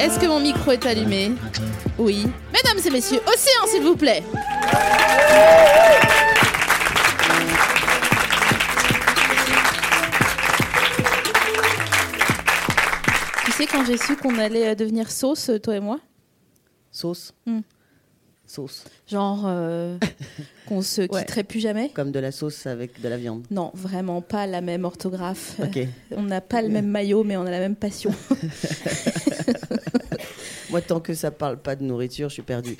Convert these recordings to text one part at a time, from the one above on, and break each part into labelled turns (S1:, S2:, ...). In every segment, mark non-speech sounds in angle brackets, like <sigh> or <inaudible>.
S1: Est-ce que mon micro est allumé Oui. Mesdames et messieurs, Océan, s'il vous plaît. Tu sais, quand j'ai su qu'on allait euh, devenir sauce, euh, toi et moi,
S2: Sauce.
S1: Hmm.
S2: Sauce.
S1: genre <laughs> euh, qu'on se quitterait plus jamais.
S2: Comme de la sauce avec de la viande.
S1: Non, vraiment pas la même orthographe.
S2: Ok.
S1: On n'a pas le même maillot, mais on a la même passion.
S2: Moi, tant que ça parle pas de nourriture, je suis perdue.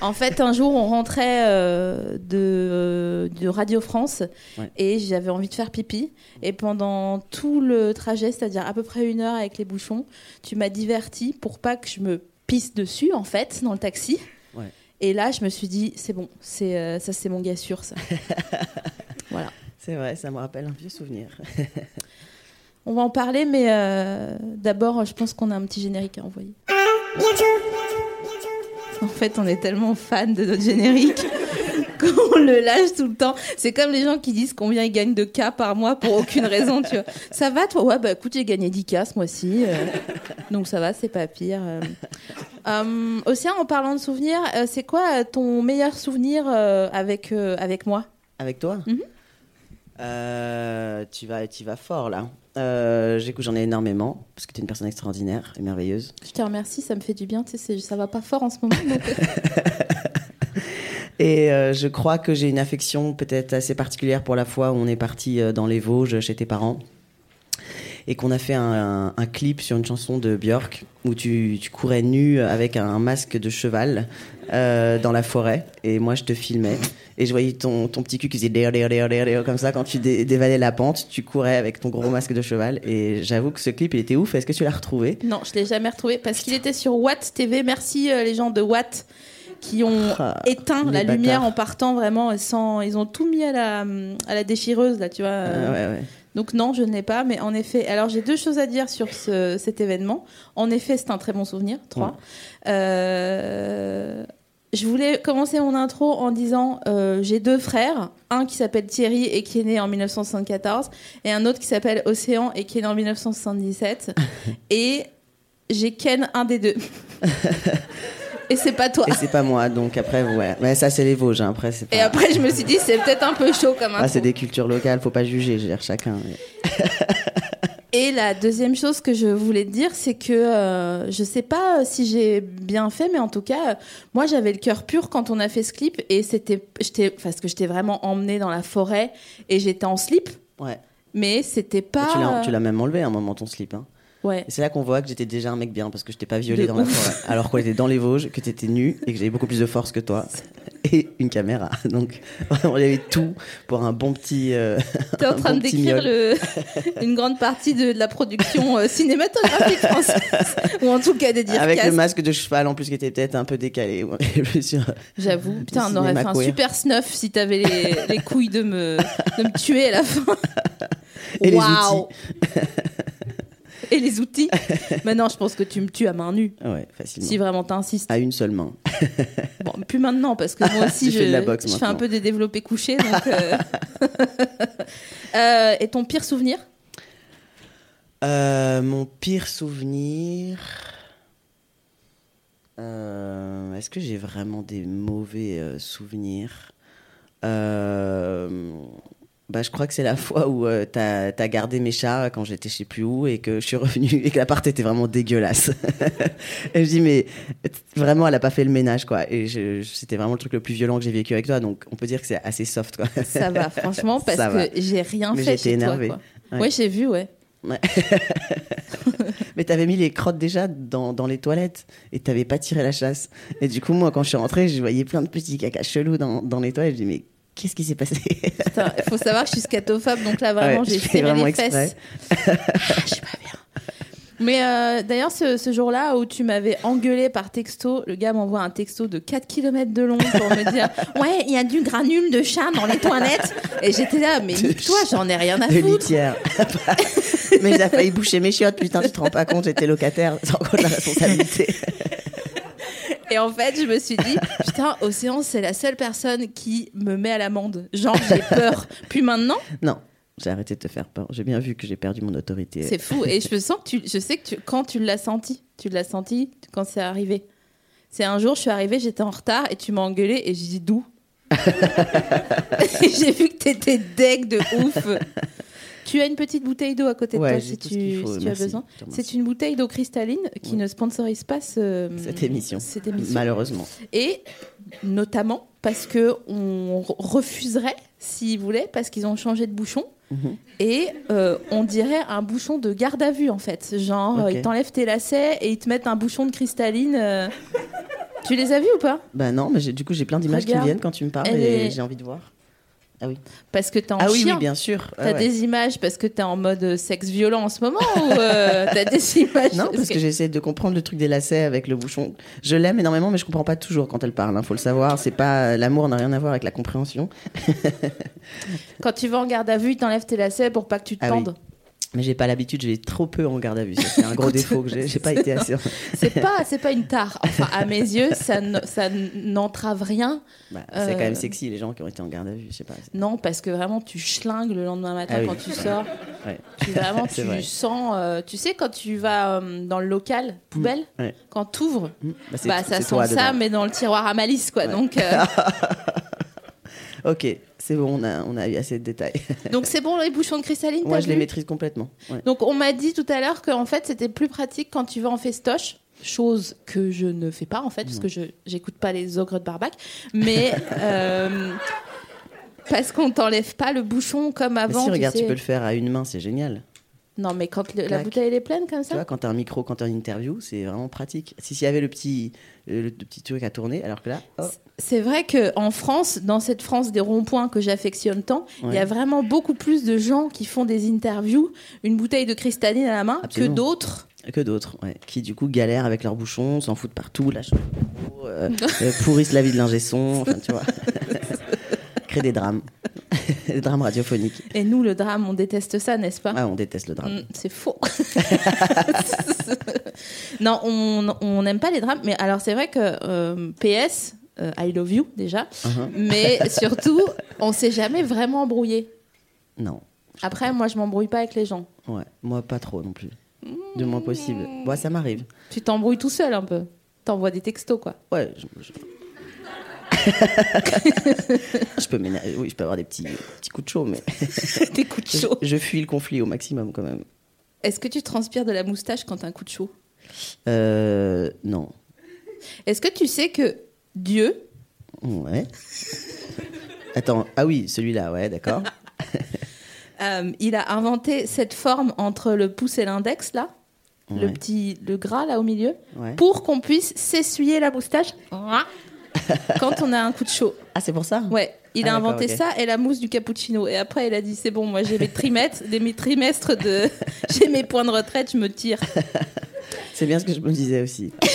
S1: En fait, un jour, on rentrait euh, de, de Radio France
S2: Ouais.
S1: et j'avais envie de faire pipi. Et pendant tout le trajet, c'est-à-dire à peu près une heure avec les bouchons, tu m'as diverti pour pas que je me pisse dessus, en fait, dans le taxi.
S2: Ouais.
S1: Et là, je me suis dit, c'est bon, c'est euh, ça, c'est mon gars sûr,
S2: <laughs>
S1: ça. voilà.
S2: C'est vrai, ça me rappelle un vieux souvenir.
S1: On va en parler, mais euh, d'abord, je pense qu'on a un petit générique à envoyer. En fait, on est tellement fan de notre générique <laughs> qu'on le lâche tout le temps. C'est comme les gens qui disent combien ils gagnent de K par mois pour aucune raison, tu vois. Ça va, toi Ouais, bah écoute, j'ai gagné 10K ce mois-ci. euh, donc ça va, c'est pas pire. euh. Euh, Océan, en parlant de souvenirs, euh, c'est quoi euh, ton meilleur souvenir euh, avec, euh, avec moi
S2: Avec toi
S1: Mhm.
S2: Euh, tu, vas, tu vas fort là. Euh, J'écoute, j'en ai énormément, parce que tu es une personne extraordinaire et merveilleuse.
S1: Je te remercie, ça me fait du bien. Tu sais, c'est- ça va pas fort en ce moment. donc-
S2: Et euh, je crois que j'ai une affection peut-être assez particulière pour la fois où on est parti euh, dans les Vosges chez tes parents et qu'on a fait un, un- un clip sur une chanson de Björk où tu, tu courais nu avec un masque de cheval euh, dans la forêt et moi je te filmais et je voyais ton, ton petit cul qui faisait déo, déo, déo, déo, déo comme ça quand tu dé- dévalais la pente, tu courais avec ton gros masque de cheval et j'avoue que ce clip il était ouf, est-ce que tu l'as retrouvé
S1: Non, je l'ai jamais retrouvé parce qu'il était sur Watt TV. Merci euh, les gens de Watt qui ont
S2: Ah,
S1: éteint la
S2: les
S1: lumière
S2: bâtards.
S1: en partant vraiment et sans ils ont tout mis à la à la déchireuse là, tu vois. euh,
S2: Ah, ouais, ouais.
S1: Donc non, je ne l'ai pas mais en effet, alors j'ai deux choses à dire sur ce- cet événement. En effet, c'est un très bon souvenir, trois. Euh, je voulais commencer mon intro en disant euh, j'ai deux frères, un qui s'appelle Thierry et qui est né en 1974, et un autre qui s'appelle Océan et qui est né en
S2: <laughs>
S1: 1977. et j'ai Ken un des deux. et c'est pas toi.
S2: Et c'est pas moi donc après ouais, mais ça c'est les Vosges, hein, après c'est
S1: Et
S2: pas-
S1: après, je me suis dit, c'est peut-être un peu chaud comme un.
S2: Ah, c'est des cultures locales, faut pas juger, je veux dire, chacun.
S1: Et la deuxième chose que je voulais te dire, c'est que euh, je sais pas euh, si j'ai bien fait, mais en tout cas, euh, moi j'avais le cœur pur quand on a fait ce clip et c'était, j'étais, parce que j'étais vraiment emmenée dans la forêt et j'étais en slip,
S2: Ouais.
S1: mais c'était
S2: Et
S1: pas.
S2: tu l'as-
S1: euh,
S2: Tu l'as même enlevé à un moment ton slip. hein. <laughs>
S1: Ouais.
S2: Et c'est là qu'on voit que j'étais déjà un mec bien parce que je t'ai pas violé
S1: De
S2: dans la
S1: ouf.
S2: forêt. Alors qu'on était dans les Vosges, que t'étais nu et que j'avais beaucoup plus de force
S1: <laughs>
S2: que toi. Et une caméra. Donc <laughs> vraiment, il y avait tout pour un bon petit. euh,
S1: T'es en
S2: un
S1: train
S2: bon
S1: de
S2: petit
S1: décrire
S2: miaule.
S1: le- une grande partie de, de la production euh,
S2: <laughs>
S1: cinématographique française, ou en tout cas des
S2: Avec
S1: dircasses.
S2: le masque de cheval en plus qui était peut-être un peu décalé. ouais, je suis sûre.
S1: J'avoue, putain, on
S2: cinéma
S1: aurait fait un
S2: queer.
S1: super snuff si t'avais les,
S2: <laughs>
S1: les couilles de me, de me tuer à la fin.
S2: Et les
S1: Waouh. Et les
S2: <laughs>
S1: outils. Maintenant, je pense que tu me tues à main nue,
S2: Ouais, facilement.
S1: si vraiment t'insistes.
S2: À une seule main.
S1: Bon, plus maintenant, parce que
S2: <laughs>
S1: moi aussi,
S2: Tu
S1: je,
S2: fais de la boxe
S1: je fais un
S2: maintenant.
S1: peu des développés couchés. donc,
S2: <laughs>
S1: euh. <laughs> Euh, et ton pire souvenir
S2: Euh, mon pire souvenir. Euh, Est-ce que j'ai vraiment des mauvais euh, souvenirs Euh, bah, Je crois que c'est la <laughs> fois où euh, t'as as gardé mes chats quand j'étais je sais plus où et que je suis revenue <laughs> et que l'appart était vraiment dégueulasse. <laughs> et je dis, mais vraiment, elle a pas fait le ménage quoi. Et je- je- c'était vraiment le truc le plus violent que j'ai vécu avec toi, donc on peut dire que c'est assez soft quoi.
S1: Ça va, franchement, parce
S2: <laughs> Ça va.
S1: que j'ai rien
S2: Mais
S1: fait
S2: j'étais
S1: chez toi,
S2: énervée.
S1: quoi. Ouais,
S2: Ouais.
S1: j'ai vu, ouais.
S2: Mais t'avais mis les crottes déjà dans, dans les toilettes et t'avais pas tiré la chasse. Et du coup, moi, quand je suis rentrée, je voyais plein de petits caca chelous dans, dans les toilettes. Je dis, mais qu'est-ce qui s'est passé
S1: Putain, faut savoir que je suis scatophobe, donc là <laughs> vraiment
S2: Ouais,
S1: j'ai
S2: je fais
S1: serré
S2: vraiment
S1: les fesses. <laughs> Je suis pas bien. Mais euh, d'ailleurs, ce, ce jour-là où tu m'avais engueulé par texto, le gars m'envoie un texto de 4 km de long pour me dire Ouais, il y a du granule de chat dans les toilettes. Et j'étais là, mais
S2: De
S1: nique-toi,
S2: chat.
S1: j'en ai rien à
S2: de
S1: foutre.
S2: litière.
S1: <laughs>
S2: mais il a failli boucher mes chiottes, putain, tu te rends pas compte, j'étais locataire, sans compte
S1: <laughs>
S2: la responsabilité.
S1: Et en fait, je me suis dit, putain, Océan, c'est la seule personne qui me met à l'amende. Genre, j'ai peur. Puis maintenant,
S2: Non, j'ai arrêté de te faire peur. J'ai bien vu que j'ai perdu mon autorité.
S1: c'est fou. Et je sens que tu, je sais que tu- quand tu l'as senti, tu l'as senti quand c'est arrivé. C'est un jour, je suis arrivée, j'étais en retard et tu m'as engueulé et j'ai dit
S2: <laughs>
S1: d'où Et J'ai vu que t'étais deg de ouf. Tu as une petite bouteille d'eau à côté de
S2: Ouais,
S1: toi
S2: j'ai
S1: si
S2: tout
S1: tu,
S2: ce qu'il faut,
S1: si tu as
S2: merci,
S1: besoin.
S2: je te remercie.
S1: C'est une bouteille d'eau cristalline qui
S2: Ouais.
S1: ne sponsorise pas ce-
S2: euh, Cette émission.
S1: mm, Cette émission.
S2: Malheureusement.
S1: et notamment parce que on re- refuserait s'ils voulaient parce qu'ils ont changé de bouchon
S2: Mm-hmm.
S1: et euh, on dirait un bouchon de garde à vue en fait genre euh,
S2: Ok.
S1: ils t'enlèvent tes lacets et ils te mettent un bouchon de cristalline euh. tu les as vus ou pas
S2: Bah non, mais j'ai- du coup, j'ai plein d'images qui
S1: Regarde.
S2: viennent quand tu me parles
S1: Elle
S2: et
S1: est-
S2: j'ai envie de voir. Ah oui.
S1: parce que t'es en
S2: Ah oui,
S1: chien
S2: oui, bien sûr.
S1: T'as
S2: Ouais, ouais.
S1: des images parce que t'es en mode euh, sexe violent en ce moment ou
S2: <laughs>
S1: euh, t'as des images
S2: Non, parce que j'essaie de comprendre le truc des lacets avec le bouchon. Je l'aime énormément, mais je comprends pas toujours quand elle parle. hein, faut le savoir. C'est pas l'amour n'a rien à voir avec la compréhension.
S1: quand tu vas en garde à vue ils t'enlèvent tes lacets pour pas que tu te
S2: Ah oui.
S1: pendes
S2: Mais j'ai pas l'habitude. J'ai trop peu en garde à vue. ça, C'est un gros
S1: <laughs> Écoute,
S2: défaut que j'ai. J'ai pas été
S1: <laughs>
S2: assez.
S1: c'est
S2: <laughs>
S1: pas c'est pas une tare enfin à mes yeux ça ne- ça n'entrave rien
S2: Bah, C'est
S1: Euh.
S2: quand même sexy les gens qui ont été en garde à vue. Je sais pas. c'est-
S1: Non, parce que vraiment, tu schlingues le lendemain matin
S2: Ah oui.
S1: quand tu sors.
S2: ouais. <laughs>
S1: Tu, vraiment,
S2: C'est
S1: tu
S2: vrai.
S1: sens. euh, tu sais, quand tu vas euh, dans le local, poubelle,
S2: Ouais.
S1: quand t'ouvres,
S2: Bah, Mm. c'est-
S1: bah, ça
S2: c'est
S1: sent
S2: toi
S1: ça,
S2: dedans.
S1: mais dans le tiroir à malice, quoi. Donc,
S2: <laughs>
S1: euh,
S2: Ok, c'est bon. On a on a eu assez de détails.
S1: donc c'est bon, les bouchons de cristalline,
S2: <laughs> Moi,
S1: t'as
S2: je les
S1: vu
S2: maîtrise complètement. Ouais.
S1: Donc, on m'a dit tout à l'heure qu'en fait, c'était plus pratique quand tu vas en festoche. Chose que je ne fais pas, en fait,
S2: Mm.
S1: parce que je j'écoute pas les ogres de Barbac.
S2: <laughs>
S1: Mais. euh, parce qu'on t'enlève pas le bouchon comme
S2: Mais
S1: avant.
S2: si,
S1: tu
S2: regarde, tu
S1: sais.
S2: peux le faire à une main. C'est génial.
S1: Non, mais quand le- la
S2: Clac.
S1: bouteille elle est pleine comme
S2: Tu
S1: ça
S2: vois, quand t'as un micro, quand t'as une interview, c'est vraiment pratique. Si s'il y avait le petit, euh, le, le petit truc à tourner, alors que là, oh, hop,
S1: Oh. C'est vrai que en France, dans cette France des ronds-points que j'affectionne tant, il y
S2: Ouais.
S1: a vraiment beaucoup plus de gens qui font des interviews, une bouteille de cristalline à la main,
S2: Absolument.
S1: que d'autres.
S2: que d'autres, ouais, qui du coup galèrent avec leurs bouchons, s'en foutent partout, lâchent le micro, euh, euh, pourrissent la vie de l'ingé son, enfin, tu vois, <laughs> créent des drames, <laughs> des drames radiophoniques.
S1: Et nous, le drame, on déteste ça, n'est-ce pas
S2: Ah, on déteste le drame.
S1: Mm, C'est faux. <laughs> non, on on n'aime pas les drames. Mais alors, c'est vrai que euh, PS, euh, I love you déjà,
S2: Uh-huh. <laughs>
S1: mais surtout, on s'est jamais vraiment embrouillé.
S2: Non,
S1: Après, moi, je m'embrouille pas avec les gens.
S2: ouais, moi pas trop non plus, de moins possible. Moi, ça m'arrive.
S1: Tu t'embrouilles tout seul un peu. T'envoies des textos, quoi. <laughs>
S2: Ouais, je, je- Je peux m'énerver. Oui, je peux avoir des petits, petits coups de chaud, mais
S1: Des coups de
S2: je,
S1: chaud.
S2: <laughs> je fuis le conflit au maximum quand même.
S1: Est-ce que tu transpires de la moustache quand t'as un coup de chaud
S2: Euh, non.
S1: Est-ce que tu sais que Dieu,
S2: Ouais. <laughs> Attends, ah oui, celui-là, ouais, d'accord.
S1: euh, il a inventé cette forme entre le pouce et l'index, là Le
S2: Ouais.
S1: petit, le gras, là, au milieu
S2: Ouais.
S1: Pour qu'on puisse s'essuyer la moustache quand on a un coup de chaud.
S2: Ah, c'est pour ça
S1: Ouais. Il
S2: Ah,
S1: a
S2: d'accord,
S1: inventé
S2: ok.
S1: ça et la mousse du cappuccino. Et après, il a dit c'est bon, moi j'ai mes trimestres, <laughs> des- mes trimestres de, <laughs> j'ai mes points de retraite, je me tire.
S2: C'est bien ce que je me disais aussi.
S1: Ah,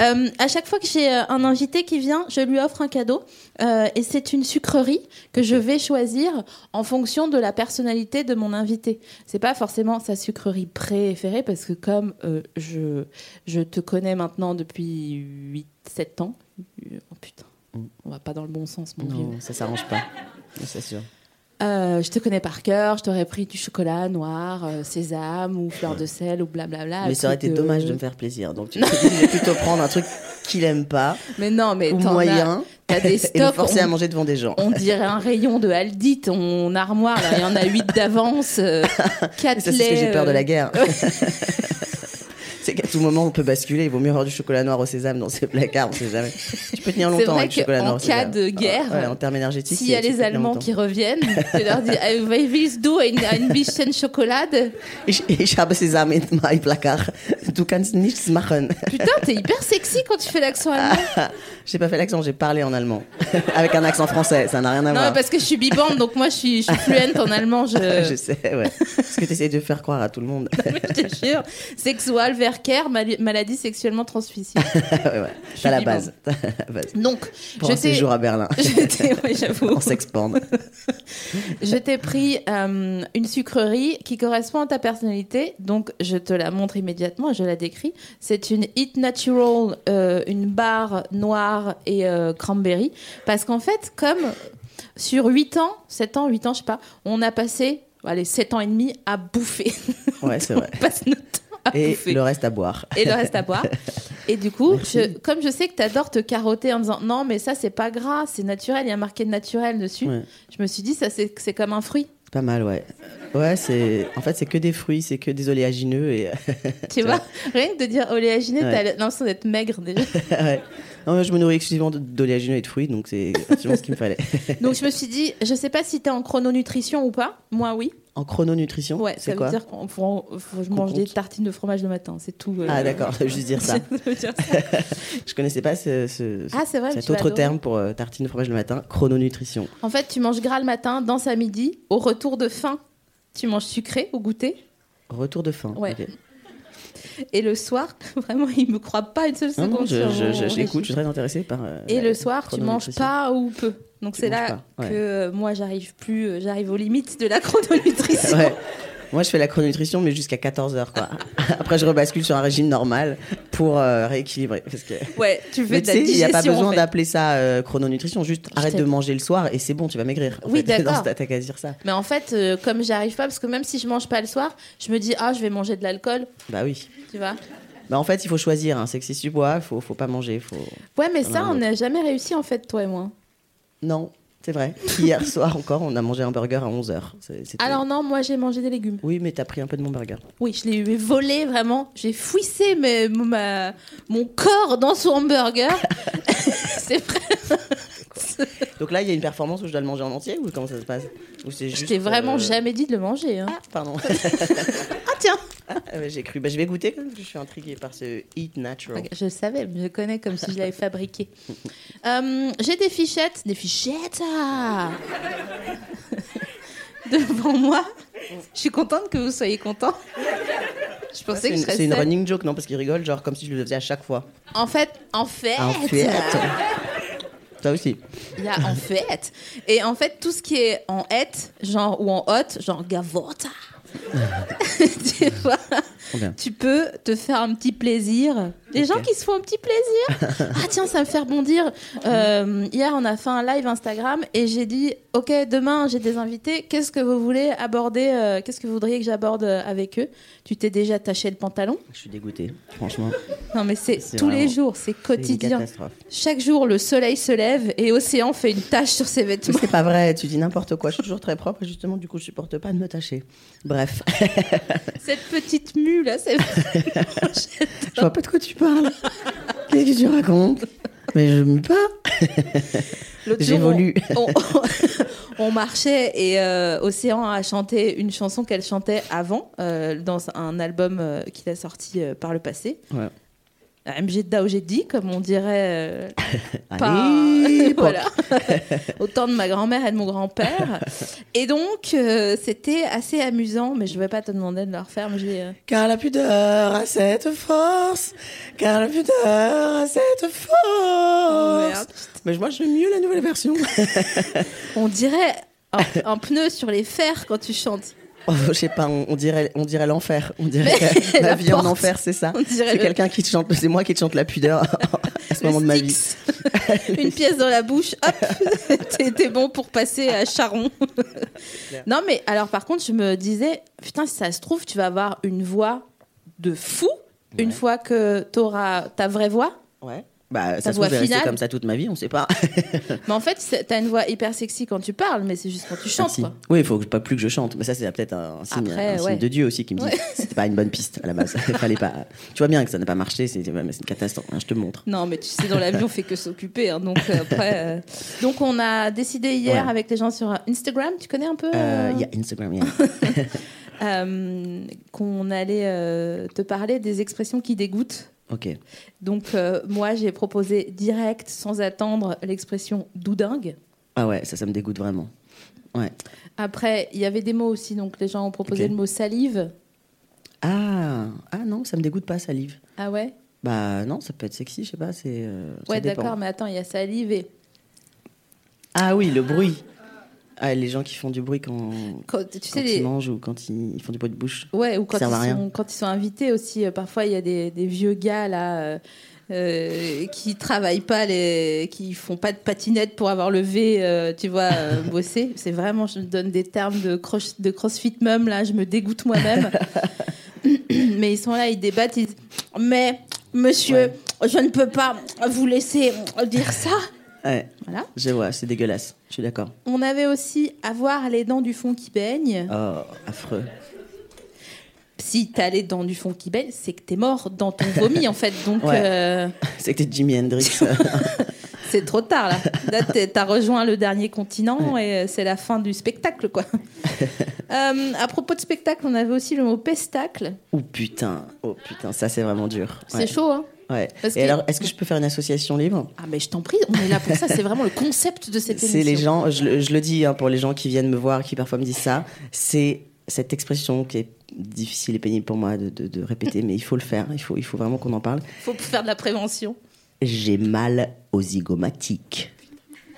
S1: Euh, à chaque fois que j'ai euh, un invité qui vient, je lui offre un cadeau. Euh, et c'est une sucrerie que je vais choisir en fonction de la personnalité de mon invité. C'est pas forcément sa sucrerie préférée, parce que comme euh, je, je te connais maintenant depuis 8-7 ans. euh, Oh putain, on va pas dans le bon sens, mon vieux.
S2: Non, ça s'arrange pas. Ça, C'est sûr.
S1: Euh, je te connais par cœur, je t'aurais pris du chocolat noir, euh, sésame ou fleur de sel ou blablabla.
S2: Mais ça aurait
S1: truc
S2: été dommage de me faire plaisir.
S1: <laughs>
S2: Donc, tu te dis, je vais plutôt prendre un truc qu'il aime pas,
S1: Mais non, mais
S2: ou
S1: t'en as-
S2: moyen,
S1: T'as des
S2: <laughs> et le
S1: stocks.
S2: forcer à
S1: on-
S2: manger devant des gens.
S1: On
S2: <laughs>
S1: dirait un rayon de Aldi, ton armoire, là, il y en a 8 d'avance, euh, 4 euh,
S2: Ça, c'est ce que j'ai peur de la guerre. <laughs> C'est qu'à tout moment, on peut basculer. Il vaut mieux avoir du chocolat noir au sésame dans ses placards, on sait jamais. Tu peux tenir
S1: C'est
S2: longtemps
S1: vrai
S2: avec du chocolat
S1: qu'en
S2: noir au
S1: cas
S2: sésame.
S1: de guerre,
S2: Ouais, en termes énergétiques.
S1: S'il y a
S2: tu peux
S1: les
S2: tenir
S1: Allemands
S2: longtemps.
S1: qui reviennent, tu leur dis Ah, I will do ein bisschen Schokolade.
S2: Ich, ich habe Sésame in my placard. Du kannst
S1: <laughs>
S2: nichts machen.
S1: Putain, t'es hyper sexy quand tu fais l'accent
S2: Ah,
S1: allemand.
S2: J'ai pas fait l'accent, j'ai parlé en allemand. <laughs> Avec un accent français, ça n'a rien à
S1: Non,
S2: voir.
S1: mais parce euh, que je suis bibande, donc moi je suis, je suis fluente en allemand. Je,
S2: Je sais, <laughs> ouais. Ce que t'essayes de faire croire à tout le monde.
S1: <laughs>
S2: <laughs>
S1: je te jure. Sexual, vercaire, mal- maladie sexuellement transmissible.
S2: ouais, ouais. T'as la
S1: vivante.
S2: base. T'as la base.
S1: Donc,
S2: Pour
S1: je
S2: un
S1: t'ai-
S2: séjour à Berlin.
S1: <laughs>
S2: <laughs>
S1: Je t'ai- ouais, j'avoue.
S2: On s'expande.
S1: Je t'ai pris euh, une sucrerie qui correspond à ta personnalité, donc je te la montre immédiatement, je la décris. C'est une Eat Natural, euh, une barre noire et euh, cranberry. Parce qu'en fait, comme sur 8 ans, 7 ans, 8 ans, je sais pas, on a passé, allez, 7 ans et demi à bouffer. <laughs>
S2: Ouais, c'est vrai.
S1: On passe notre temps à
S2: Et
S1: bouffer
S2: le reste à boire.
S1: et le reste à boire. Et du coup, je- comme je sais que t'adores te carotter en disant non, mais ça c'est pas gras, c'est naturel, il y a marqué naturel dessus,
S2: Ouais.
S1: je me suis dit ça c'est c'est comme un fruit.
S2: <laughs> Pas mal, ouais. Ouais, c'est. En fait, c'est que des fruits, c'est que des oléagineux et. <laughs>
S1: Tu vois, rien que de dire oléaginé,
S2: Ouais.
S1: t'as l'impression d'être maigre déjà.
S2: <laughs> Ouais. Non, mais je me nourris exclusivement de- d'oléagineux et de fruits, donc c'est absolument ce qu'il
S1: <laughs>
S2: me fallait.
S1: Donc je me suis dit, je sais pas si t'es en chrononutrition ou pas, moi oui.
S2: En chrononutrition,
S1: Ouais, ça
S2: Oh, c'est
S1: veut
S2: quoi
S1: dire qu'on faut- faut- je
S2: Qu'on
S1: mange des
S2: compte.
S1: tartines de fromage le matin, c'est tout. euh,
S2: Ah,
S1: <laughs>
S2: d'accord, <laughs> je vais juste dire ça.
S1: ça veut dire ça.
S2: Je connaissais pas ce, ce-
S1: Ah, c'est vrai, tu
S2: cet
S1: vas
S2: autre
S1: adorer.
S2: terme pour euh, tartine de fromage le matin, chrononutrition.
S1: En fait, tu manges gras le matin, danse à midi, au retour de faim, tu manges sucré au goûter,
S2: Retour de faim.
S1: Ouais.
S2: ok.
S1: Et le soir, <laughs> vraiment, il me croit pas une seule
S2: Ah Non,
S1: seconde.
S2: non, je,
S1: sur
S2: je,
S1: mon
S2: je- je
S1: régime.
S2: l'écoute, je suis très intéressée par. euh,
S1: Et
S2: la
S1: le soir, tu manges
S2: chrononutrition.
S1: pas ou peu. Donc
S2: Tu
S1: c'est
S2: manges
S1: là
S2: pas, ouais.
S1: que euh, moi, j'arrive plus, euh, j'arrive aux limites de la <laughs> chrononutrition.
S2: <laughs> Ouais. Moi, je fais la chrononutrition, mais jusqu'à 14h, quoi. <laughs> Après, je rebascule sur un régime normal pour euh, rééquilibrer. Parce que...
S1: Ouais, tu fais
S2: Mais
S1: de
S2: tu
S1: la
S2: sais, il n'y
S1: digestion.
S2: a pas besoin
S1: en fait.
S2: d'appeler ça euh, chrononutrition. Juste arrête
S1: t'ai-
S2: de manger le soir et c'est bon, tu vas maigrir. en
S1: Oui,
S2: fait. <laughs>
S1: d'accord.
S2: Dans ce- T'as qu'à dire ça.
S1: Mais en fait, euh, comme j'y arrive pas, parce que même si je mange pas le soir, je me dis ah, je vais manger de l'alcool,
S2: Bah oui.
S1: tu vois.
S2: Bah en fait, il faut choisir. hein. C'est que si tu bois, faut, faut pas manger. Faut...
S1: Ouais, mais ça,
S2: non,
S1: on
S2: mais-
S1: n'a jamais réussi en fait, toi et moi.
S2: Non, c'est vrai. Hier <laughs> soir encore, on a mangé un burger à 11h.
S1: Alors non, moi j'ai mangé des légumes.
S2: Oui, mais t'as pris un peu de mon burger.
S1: Oui, je l'ai eu volé vraiment. J'ai fouissé mes- mon- ma- mon corps dans son hamburger. <laughs> c'est vrai.
S2: Donc là, il y a une performance où je dois le manger en entier ou comment ça se passe Ou c'est
S1: Je
S2: juste,
S1: t'ai vraiment
S2: euh,
S1: jamais dit de le manger. hein.
S2: Ah, pardon. <laughs>
S1: Ah tiens
S2: Ah, ouais, J'ai cru. Bah, je vais goûter quand même, parce que je suis intriguée par ce Eat Natural.
S1: Je savais, je connais comme si je
S2: <laughs>
S1: l'avais fabriqué. Euh, J'ai des fichettes, des fichettes ah <laughs> devant moi. Je suis contente que vous soyez contents. Je pensais
S2: C'est
S1: que
S2: une,
S1: je serais
S2: c'est une
S1: seule.
S2: running joke, non Parce qu'il rigole, genre comme si je le faisais à chaque fois.
S1: En fait, en Ah, fait,
S2: Ah, En fait. <laughs> Toi aussi.
S1: il y a
S2: <laughs>
S1: en fait. Et en fait, tout ce qui est en hête, genre ou en hôte, genre
S2: <laughs>
S1: gavota. <laughs> tu vois,
S2: bien.
S1: tu peux te faire un petit plaisir. Les gens qui se font un petit
S2: <laughs>
S1: plaisir. ah tiens, ça me fait rebondir. Euh, hier, on a fait un live Instagram et j'ai dit, ok, demain j'ai des invités. Qu'est-ce que vous voulez aborder euh, Qu'est-ce que vous voudriez que j'aborde euh, avec eux Tu t'es déjà taché le pantalon
S2: Je suis dégoûtée, franchement.
S1: Non, mais c'est
S2: C'est
S1: tous les
S2: vraiment-
S1: jours, c'est
S2: C'est une
S1: quotidien.
S2: catastrophe.
S1: Chaque jour, le soleil se lève et Océan fait une tache sur ses vêtements.
S2: C'est pas vrai, tu dis n'importe quoi. Je suis toujours très propre et justement, du coup, je supporte pas de me tâcher. Bref,
S1: Cette petite mue là,
S2: <laughs>
S1: c'est
S2: je vois pas de quoi tu <laughs> parles. Qu'est-ce que tu racontes Mais je me pas.
S1: L'autre jour,
S2: J'évolue.
S1: On, on- <laughs> on marchait et euh, Océan a chanté une chanson qu'elle chantait avant euh, dans un album euh, qu'il a sorti euh, par le passé.
S2: Ouais.
S1: MG Daogedi, comme on dirait euh, par- <laughs>
S2: Allez, pop.
S1: voilà. au temps de ma grand-mère et de mon grand-père. Et donc, euh, c'était assez amusant, mais je vais pas te demander de le refaire. Mais j'ai, euh,
S2: Car la pudeur a cette force. Car la pudeur a cette force.
S1: Oh, merde.
S2: Mais moi, j'aime mieux la nouvelle version.
S1: On dirait un, un pneu sur les fers quand tu chantes.
S2: <laughs> Oh, je sais pas, on, on dirait, on dirait l'enfer.
S1: <laughs>
S2: On dirait
S1: Mais
S2: ma
S1: la
S2: vie
S1: porte.
S2: en enfer, c'est ça.
S1: On dirait
S2: C'est
S1: le-
S2: quelqu'un qui te chante, c'est moi qui te chante la pudeur
S1: <laughs>
S2: à ce
S1: Les
S2: moment de ma vie.
S1: sticks. <laughs> Une pièce dans la bouche, hop, <laughs> t'es t'es bon pour passer à Charon. non, mais alors par contre, je me disais, putain, si ça se trouve, tu vas avoir une voix de fou une fois que t'auras ta vraie voix.
S2: Ouais. Bah,
S1: Ta
S2: ça se
S1: voix
S2: trouve, je vais rester
S1: finale.
S2: comme ça toute ma vie, on sait pas.
S1: Mais en fait, c'est- t'as une voix hyper sexy quand tu parles, mais c'est juste quand tu chantes,
S2: Merci.
S1: quoi.
S2: Oui, il faut que- pas plus que je chante. Mais ça, c'est peut-être un, signe,
S1: Après,
S2: un
S1: ouais.
S2: signe de Dieu aussi qui me dit
S1: Ouais.
S2: c'était pas une bonne piste à la
S1: <laughs>
S2: base. Fallait pas. Tu vois bien que ça n'a pas marché, c'est mais c'est une catastrophe. hein, je te montre.
S1: Non, mais tu sais, dans l'avion, on fait que s'occuper. hein, donc euh, après, euh, donc on a décidé hier
S2: Ouais.
S1: avec les gens sur Instagram. Tu connais un peu
S2: Euh,
S1: euh,
S2: Il y a Instagram, il y a-
S1: euh, qu'on allait euh, te parler des expressions qui dégoûtent.
S2: Ok.
S1: Donc euh, moi, j'ai proposé direct, sans attendre, l'expression doudingue.
S2: Ah ouais, ça, ça me dégoûte vraiment. Ouais.
S1: Après, il y avait des mots aussi, donc les gens ont proposé
S2: Ok.
S1: le mot salive.
S2: Ah, ah non, ça me dégoûte pas, salive.
S1: Ah ouais
S2: Bah non, ça peut être sexy, je sais pas. C'est. euh, ça
S1: Ouais,
S2: dépend.
S1: d'accord, mais attends, il y a salive et
S2: Ah oui, le bruit. Ah, les gens qui font du bruit quand,
S1: quand- tu
S2: quand
S1: sais,
S2: ils
S1: les...
S2: mangent ou quand ils, ils font du bruit de bouche.
S1: ouais, ou quand
S2: Ça sert à
S1: ils,
S2: rien.
S1: sont, quand ils sont invités aussi. euh, parfois, il y a des, des vieux gars là. euh, euh, qui travaillent pas les qui font pas de patinette pour avoir le V euh, tu vois
S2: <laughs>
S1: euh, bosser c'est vraiment je me donne des termes de cross- de crossfit mum là je me dégoûte
S2: <laughs>
S1: moi-même mais ils sont là ils débattent ils disent, mais monsieur je ne peux pas vous laisser dire ça
S2: Ouais,
S1: voilà
S2: je vois, c'est dégueulasse. Je suis d'accord.
S1: On avait aussi avoir les dents du fond qui baignent.
S2: Oh, affreux.
S1: Si t'as les dents du fond qui baignent, c'est que t'es mort dans ton vomi en fait. Donc
S2: Ouais.
S1: euh,
S2: <laughs> C'était Jimi
S1: <laughs>
S2: Hendrix.
S1: c'est trop tard là. Là t'es- t'as rejoint le dernier continent et euh, c'est la fin du spectacle
S2: <laughs>
S1: quoi. Euh, à propos de spectacle, on avait aussi le mot pestacle.
S2: oh putain, oh putain, ça c'est vraiment dur.
S1: C'est
S2: Ouais.
S1: chaud hein.
S2: Ouais.
S1: Parce
S2: Et
S1: que-
S2: alors, est-ce que je peux faire une association libre
S1: Ah mais je t'en prie, on est là pour ça. C'est vraiment le concept de cette émission.
S2: C'est les gens, je, le- je le dis hein, pour les gens qui viennent me voir, qui parfois me disent ça, c'est cette expression qui est difficile et pénible pour moi de, de- de répéter, mais il faut le faire, il faut, il faut vraiment qu'on en parle.
S1: Faut faire de la
S2: <laughs>
S1: prévention.
S2: J'ai mal aux zygomatiques.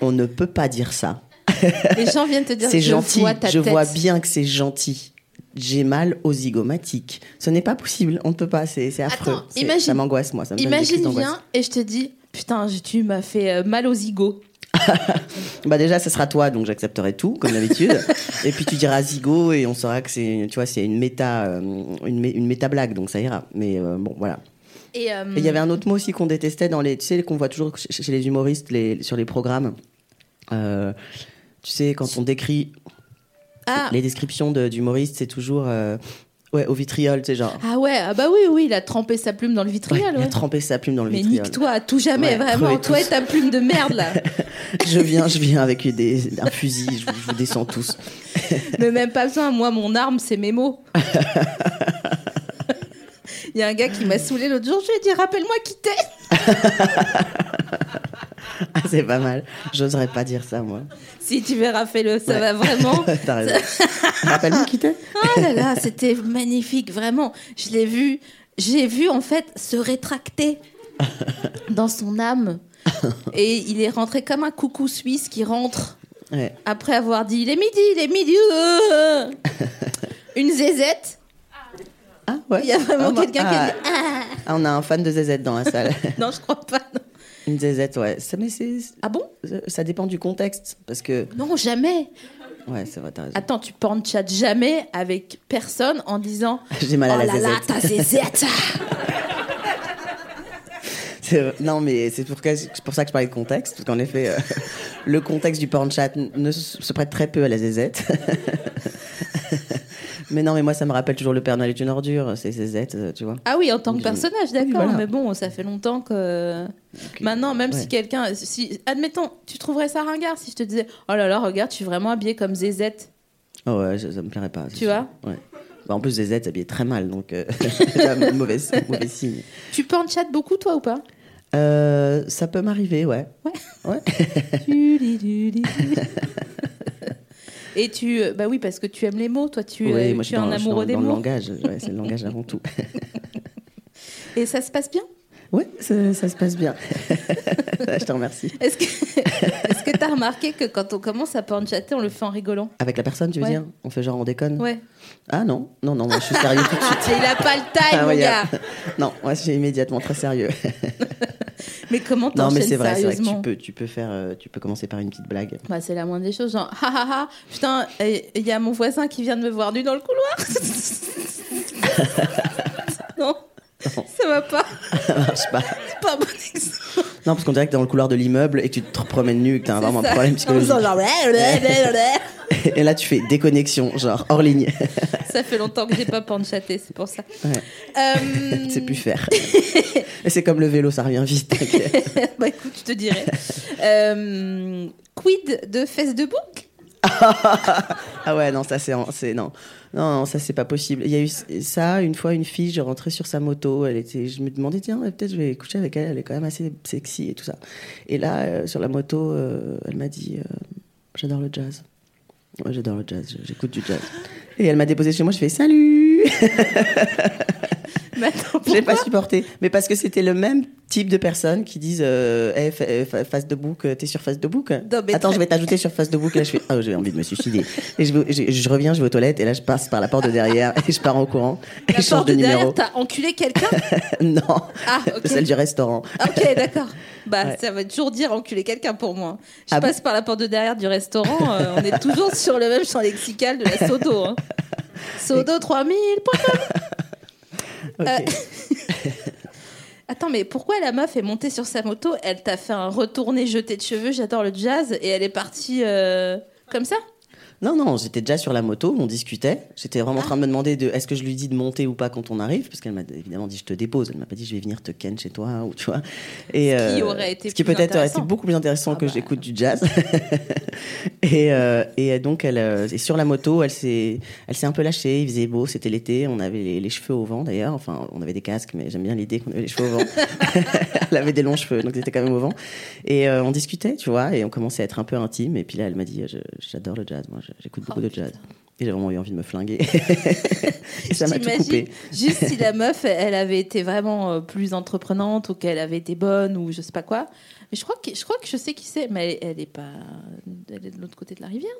S2: On ne peut pas dire ça.
S1: Les gens viennent te dire.
S2: C'est
S1: je
S2: gentil,
S1: Vois ta
S2: je
S1: tête.
S2: vois bien que c'est gentil. J'ai mal aux zygomatiques. Ce n'est pas possible, on ne peut pas, c'est c'est affreux.
S1: Attends,
S2: C'est-
S1: imagine-
S2: ça m'angoisse, moi. Ça me donne des crises
S1: Imagine
S2: d'angoisse.
S1: bien et je te dis putain je- tu m'as fait euh, mal aux zigots.
S2: Bah déjà, ce sera toi, donc j'accepterai tout, comme
S1: <laughs>
S2: d'habitude. et puis tu diras zigo et on saura que c'est, tu vois, c'est une méta, euh, une, mé- une méta blague, donc ça ira. Mais euh, bon, voilà.
S1: Et euh,
S2: Et il y avait un autre mot aussi qu'on détestait dans les, tu sais, qu'on voit toujours chez chez les humoristes les, sur les programmes. Euh, tu sais, quand on décrit
S1: ah,
S2: les descriptions de- d'humoristes, c'est toujours, euh, ouais, au vitriol, tu sais, genre.
S1: Ah ouais, ah bah oui, oui, il a trempé sa plume dans le vitriol.
S2: Il
S1: ouais.
S2: a trempé sa plume dans le
S1: Mais
S2: vitriol.
S1: nique-toi à tout jamais,
S2: Ouais,
S1: vraiment.
S2: crevez
S1: Toi et
S2: tous.
S1: ta plume de merde, là.
S2: <laughs> Je viens, je viens avec des, un fusil, je vous, je vous descends tous.
S1: Mais même pas besoin. Moi, mon arme, c'est mes
S2: <laughs>
S1: mots. Il y a un gars qui m'a saoulé l'autre jour. Je lui ai dit, rappelle-moi qui t'es.
S2: Ah, c'est pas mal. J'oserais pas dire ça, moi.
S1: Si tu verras, fais-le. Ça
S2: Ouais.
S1: va vraiment.
S2: <laughs> T'as raison. Rappelle-moi qui t'es.
S1: Oh là là, c'était magnifique, vraiment. Je l'ai vu. J'ai vu, en fait, se
S2: <laughs>
S1: rétracter dans son âme. Et il est rentré comme un coucou suisse qui rentre.
S2: Ouais.
S1: après avoir dit il est midi, il est midi, euh, euh. une zézette.
S2: Ah ouais.
S1: Il y a vraiment
S2: Ah, moi-
S1: quelqu'un qui a
S2: ah.
S1: dit ah.
S2: Ah, on a un fan de ZZ dans la salle. <laughs>
S1: Non, je crois pas. non.
S2: Une ZZ, ouais. Ça, mais c'est,
S1: Ah bon
S2: ça dépend du contexte. Parce que.
S1: Non, jamais.
S2: Ouais, c'est vrai, t'as raison.
S1: Attends, tu porn chat jamais avec personne en disant
S2: J'ai mal à
S1: oh
S2: la
S1: là là,
S2: zézette.
S1: ta
S2: <laughs>
S1: zézette.
S2: C'est vrai. Non, mais c'est pour, que- c'est pour ça que je parlais de contexte. Parce qu'en effet, euh, le contexte du porn chat n- ne s- se prête très peu à la ZZ. <laughs> mais non, mais moi, ça me rappelle toujours le Père Noël est une ordure. C'est ZZ, euh, tu vois.
S1: Ah oui, en tant que
S2: Oui,
S1: personnage,
S2: oui,
S1: d'accord.
S2: voilà.
S1: Mais bon, ça fait longtemps que. Maintenant, même
S2: ouais.
S1: si quelqu'un, si admettons, tu trouverais ça ringard si je te disais oh là là, regarde, je suis vraiment habillée comme zézette.
S2: Oh ouais, ça, ça me plairait pas. c'est
S1: Tu
S2: sûr.
S1: vois
S2: Ouais. Bah, en plus, ZZ s'habillait très mal, donc euh, <laughs> c'est un mauvais,
S1: <laughs>
S2: mauvais signe.
S1: Tu porn chat beaucoup toi ou pas
S2: Euh, ça peut m'arriver, ouais.
S1: Ouais.
S2: Ouais.
S1: Et tu, euh, bah oui, parce que tu aimes les mots, toi, tu, euh,
S2: Ouais, moi,
S1: tu
S2: je suis
S1: es
S2: dans,
S1: un
S2: je suis
S1: amoureux
S2: dans-
S1: des
S2: dans le
S1: mots.
S2: langage. Ouais, c'est le langage avant
S1: <laughs>
S2: tout.
S1: Et ça se passe bien
S2: Ouais, ça, ça se passe bien. <laughs> je te remercie.
S1: Est-ce que <laughs> est-ce que t'as remarqué que quand on commence à porn chatter, on le fait en rigolant
S2: Avec la personne, tu veux
S1: Ouais.
S2: dire On fait genre on déconne
S1: Ouais.
S2: Ah non, non,
S1: <laughs>
S2: non, moi, je suis sérieux tout de
S1: Ah,
S2: suite.
S1: il a pas le time,
S2: Ah,
S1: mon
S2: ouais, y a-
S1: gars.
S2: Non, moi je suis immédiatement très sérieux. <laughs>
S1: Mais comment
S2: non, mais
S1: t'enchaînes
S2: c'est vrai, c'est vrai que
S1: sérieusement
S2: tu peux, tu peux faire, euh, tu peux commencer par une petite blague. <laughs>
S1: Bah, c'est la moindre des choses, genre, ah ah ah, putain, il y a mon voisin qui vient de me voir nu dans le
S2: <laughs>
S1: couloir. non, ça va pas,
S2: Ça marche pas.
S1: c'est pas un bon exemple.
S2: Non, parce qu'on dirait que t'es dans le couloir de l'immeuble et que tu te promènes nu et que t'as vraiment
S1: ça.
S2: un problème
S1: En
S2: psychologique.
S1: faisant genre, ouais, ouais, ouais, ouais.
S2: Et là, tu fais déconnexion, genre hors ligne. <laughs>
S1: Ça fait longtemps que j'ai pas panchaté, c'est pour ça.
S2: Ouais.
S1: Euh,
S2: <laughs> tu sais
S1: <laughs>
S2: plus faire. Et c'est comme le vélo, ça revient vite. t'inquiète.
S1: bah écoute, je te dirais. Euh, quid de fesses de bouc
S2: Ah ouais, non, ça c'est c'est- non. Non, non, ça c'est pas possible. Il y a eu ça une fois une fille, je rentrais sur sa moto, elle était je me demandais tiens, ouais, peut-être je vais coucher avec elle, elle est quand même assez sexy et tout ça. Et là euh, sur la moto, euh, elle m'a dit euh, j'adore le jazz. Ouais, j'adore le jazz, j'écoute du jazz. Et elle m'a déposé chez moi, je fais salut.
S1: Mais attends, pourquoi
S2: J'ai pas supporté. Mais parce que c'était le même type de personnes qui disent euh, Eh, fa- euh, fa- face de bouc, euh, t'es sur face de bouc.
S1: Non, mais
S2: Attends,
S1: très-
S2: je vais t'ajouter sur face de bouc. Là, je fais Ah, j'ai envie de me suicider. Et je, vais- je- je reviens, je vais aux toilettes et là, je passe par la porte de derrière et je pars en courant. Et
S1: La
S2: je change
S1: porte
S2: de
S1: de derrière,
S2: numéro.
S1: t'as enculé quelqu'un
S2: <laughs> non, <laughs>
S1: Ah, ok.
S2: celle du restaurant.
S1: Ah, Ok, d'accord. Bah,
S2: Ouais.
S1: ça va toujours dire enculer quelqu'un pour moi. Je
S2: Ah bon
S1: passe par la porte de derrière du restaurant, euh, on est toujours sur le même champ lexical de la Sodo.
S2: <laughs>
S1: hein. Sodo 3000. point com. euh,
S2: Ok.
S1: Attends, mais pourquoi la meuf est montée sur sa moto Elle t'a fait un retourné jeté de cheveux, j'adore le jazz, et elle est partie euh, comme ça
S2: Non, non, j'étais déjà sur la moto, on discutait. J'étais vraiment en train de me demander de, est-ce que je lui dis de monter ou pas quand on arrive, parce qu'elle m'a évidemment dit je te dépose. Elle m'a pas dit je vais venir te ken chez toi ou tu vois. Et euh,
S1: Ce qui aurait été
S2: ce qui
S1: plus
S2: peut-être aurait été
S1: intéressant.
S2: beaucoup plus intéressant
S1: Ah
S2: que
S1: bah.
S2: j'écoute du jazz. et, euh, et donc elle euh, et sur la moto, elle s'est, elle s'est un peu lâchée. Il faisait beau, c'était l'été, on avait les, les cheveux au vent d'ailleurs. Enfin, on avait des casques, mais j'aime bien l'idée qu'on avait les cheveux au vent. elle avait des longs cheveux, donc c'était quand même au vent. Et euh, on discutait, tu vois, et on commençait à être un peu intime. Et puis là, elle m'a dit, euh, je- j'adore le jazz, moi, je- j'écoute beaucoup de jazz. Et j'avais vraiment eu envie de me flinguer. et ça m'a tout
S1: T'imagines
S2: coupé.
S1: juste si
S2: <laughs>
S1: la meuf, elle avait été vraiment euh, plus entreprenante ou qu'elle avait été bonne ou je sais pas quoi. Mais je crois que je, crois que je sais qui c'est, mais elle, elle est pas. Elle est de l'autre côté de la rivière,